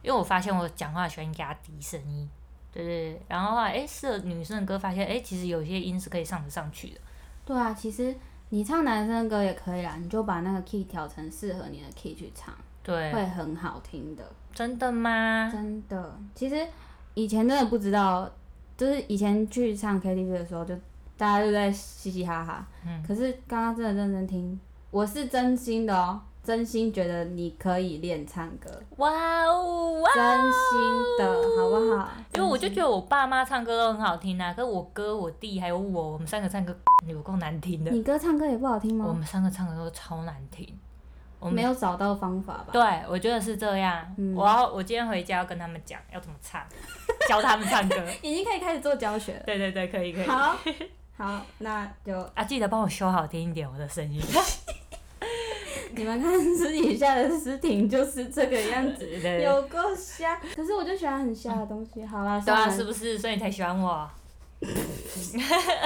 [SPEAKER 2] 因为我发现我讲话喜欢压低声音，对对对。然后后来哎，试了女生的歌，发现哎，其实有些音是可以上得上去的。
[SPEAKER 1] 对啊，其实你唱男生的歌也可以啦，你就把那个 key 调成适合你的 key 去唱，
[SPEAKER 2] 对，
[SPEAKER 1] 会很好听的。
[SPEAKER 2] 真的吗？
[SPEAKER 1] 真的，其实以前真的不知道，就是以前去唱 KTV 的时候就，大家就在嘻嘻哈哈。
[SPEAKER 2] 嗯
[SPEAKER 1] 可是刚刚真的认真听，我是真心的哦，真心觉得你可以练唱歌，
[SPEAKER 2] 哇哦哇哦！
[SPEAKER 1] 真心的好不好？
[SPEAKER 2] 因为我就
[SPEAKER 1] 真
[SPEAKER 2] 觉得我爸妈唱歌都很好听啊，可是我哥、我弟还有我，我们三个唱歌有够难听的
[SPEAKER 1] 心。你歌唱歌也不好听
[SPEAKER 2] 我
[SPEAKER 1] 吗？
[SPEAKER 2] 们三个唱歌都超难听。我们
[SPEAKER 1] 没有找到方法吧？
[SPEAKER 2] 对，我觉得是这样。
[SPEAKER 1] 嗯
[SPEAKER 2] 我要我今天回家要跟他们讲要怎么 唱，教他们唱歌。
[SPEAKER 1] 已经可以开始做教学了。
[SPEAKER 2] 对对对，可以可以。
[SPEAKER 1] 好，好，那就
[SPEAKER 2] 啊，记得帮我修好听一点我的声音。
[SPEAKER 1] 你们看私底下的诗婷就是这个 样子，
[SPEAKER 2] 对对对。
[SPEAKER 1] 有够瞎。可是我就喜欢很瞎的东西。好啦，
[SPEAKER 2] 对
[SPEAKER 1] 算
[SPEAKER 2] 啊，
[SPEAKER 1] 了
[SPEAKER 2] 是不是？所以你才喜欢我？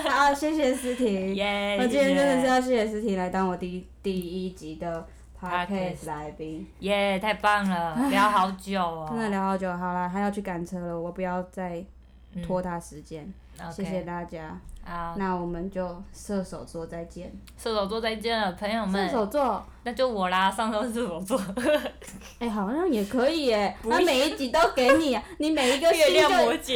[SPEAKER 1] 好，谢谢思婷。
[SPEAKER 2] 耶！
[SPEAKER 1] 我今天真的是
[SPEAKER 2] 耶
[SPEAKER 1] 要谢谢思婷来当我第一第一集的 podcast
[SPEAKER 2] Podcast
[SPEAKER 1] 来宾，
[SPEAKER 2] 耶，太 棒了，聊好久哦。
[SPEAKER 1] 真的聊好久。好啦，他要去赶车了，我不要再
[SPEAKER 2] 嗯
[SPEAKER 1] 拖他时间。
[SPEAKER 2] OK，
[SPEAKER 1] 谢谢大家，
[SPEAKER 2] 好，
[SPEAKER 1] 那我们就射手座再见。
[SPEAKER 2] 射手座再见了，朋友
[SPEAKER 1] 射
[SPEAKER 2] 们。
[SPEAKER 1] 手座，
[SPEAKER 2] 那就我啦，上周是射手座，
[SPEAKER 1] 哎、好像也可以耶。
[SPEAKER 2] 不
[SPEAKER 1] 那每一集都给你、啊，你每一个
[SPEAKER 2] 月
[SPEAKER 1] 星
[SPEAKER 2] 亮
[SPEAKER 1] 就
[SPEAKER 2] 摩羯，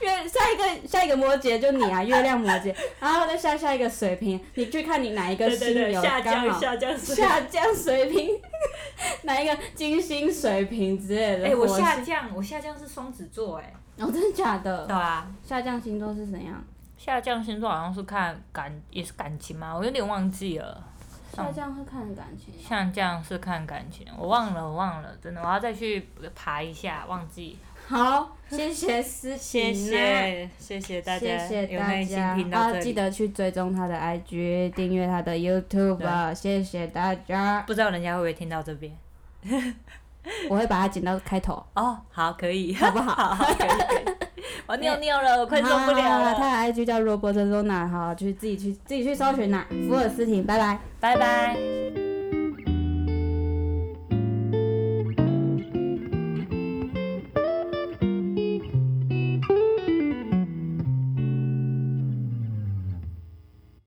[SPEAKER 1] 月下一个下一个摩羯就你啊，月亮摩羯，然后再下下一个水瓶，你去看你哪一个
[SPEAKER 2] 对
[SPEAKER 1] 星
[SPEAKER 2] 对对，
[SPEAKER 1] 有
[SPEAKER 2] 下
[SPEAKER 1] 刚
[SPEAKER 2] 降啊
[SPEAKER 1] 好
[SPEAKER 2] 下降是。
[SPEAKER 1] 下降水平， 哪一个金星水平之类的？
[SPEAKER 2] 哎，我
[SPEAKER 1] 火
[SPEAKER 2] 下
[SPEAKER 1] 星
[SPEAKER 2] 降，我下降是双子座，哎，
[SPEAKER 1] 哦，真的假的？
[SPEAKER 2] 对啊，
[SPEAKER 1] 下降星座是怎样？
[SPEAKER 2] 下降星座好像是看感，也是感情吗？我有点忘记了。
[SPEAKER 1] 下降会看感情。啊
[SPEAKER 2] 下降是看感情，我忘了，我忘了，真的，我要再去爬一下，忘记。
[SPEAKER 1] 好，谢谢思琪，
[SPEAKER 2] 谢谢
[SPEAKER 1] 啊谢谢大家，啊，记得去追踪他的 IG，订阅他的 YouTube，啊谢谢大家，
[SPEAKER 2] 不知道人家会不会听到这边？
[SPEAKER 1] 我会把它剪到开头，
[SPEAKER 2] 哦，好，可以，
[SPEAKER 1] 好不好？
[SPEAKER 2] 好，可以，可以。 我尿尿了，我快受不了
[SPEAKER 1] 好
[SPEAKER 2] 了，
[SPEAKER 1] 他的 IG 叫 Robert Zona，好，去自己去自己去搜寻呐。福尔斯汀，拜拜。
[SPEAKER 2] 拜拜。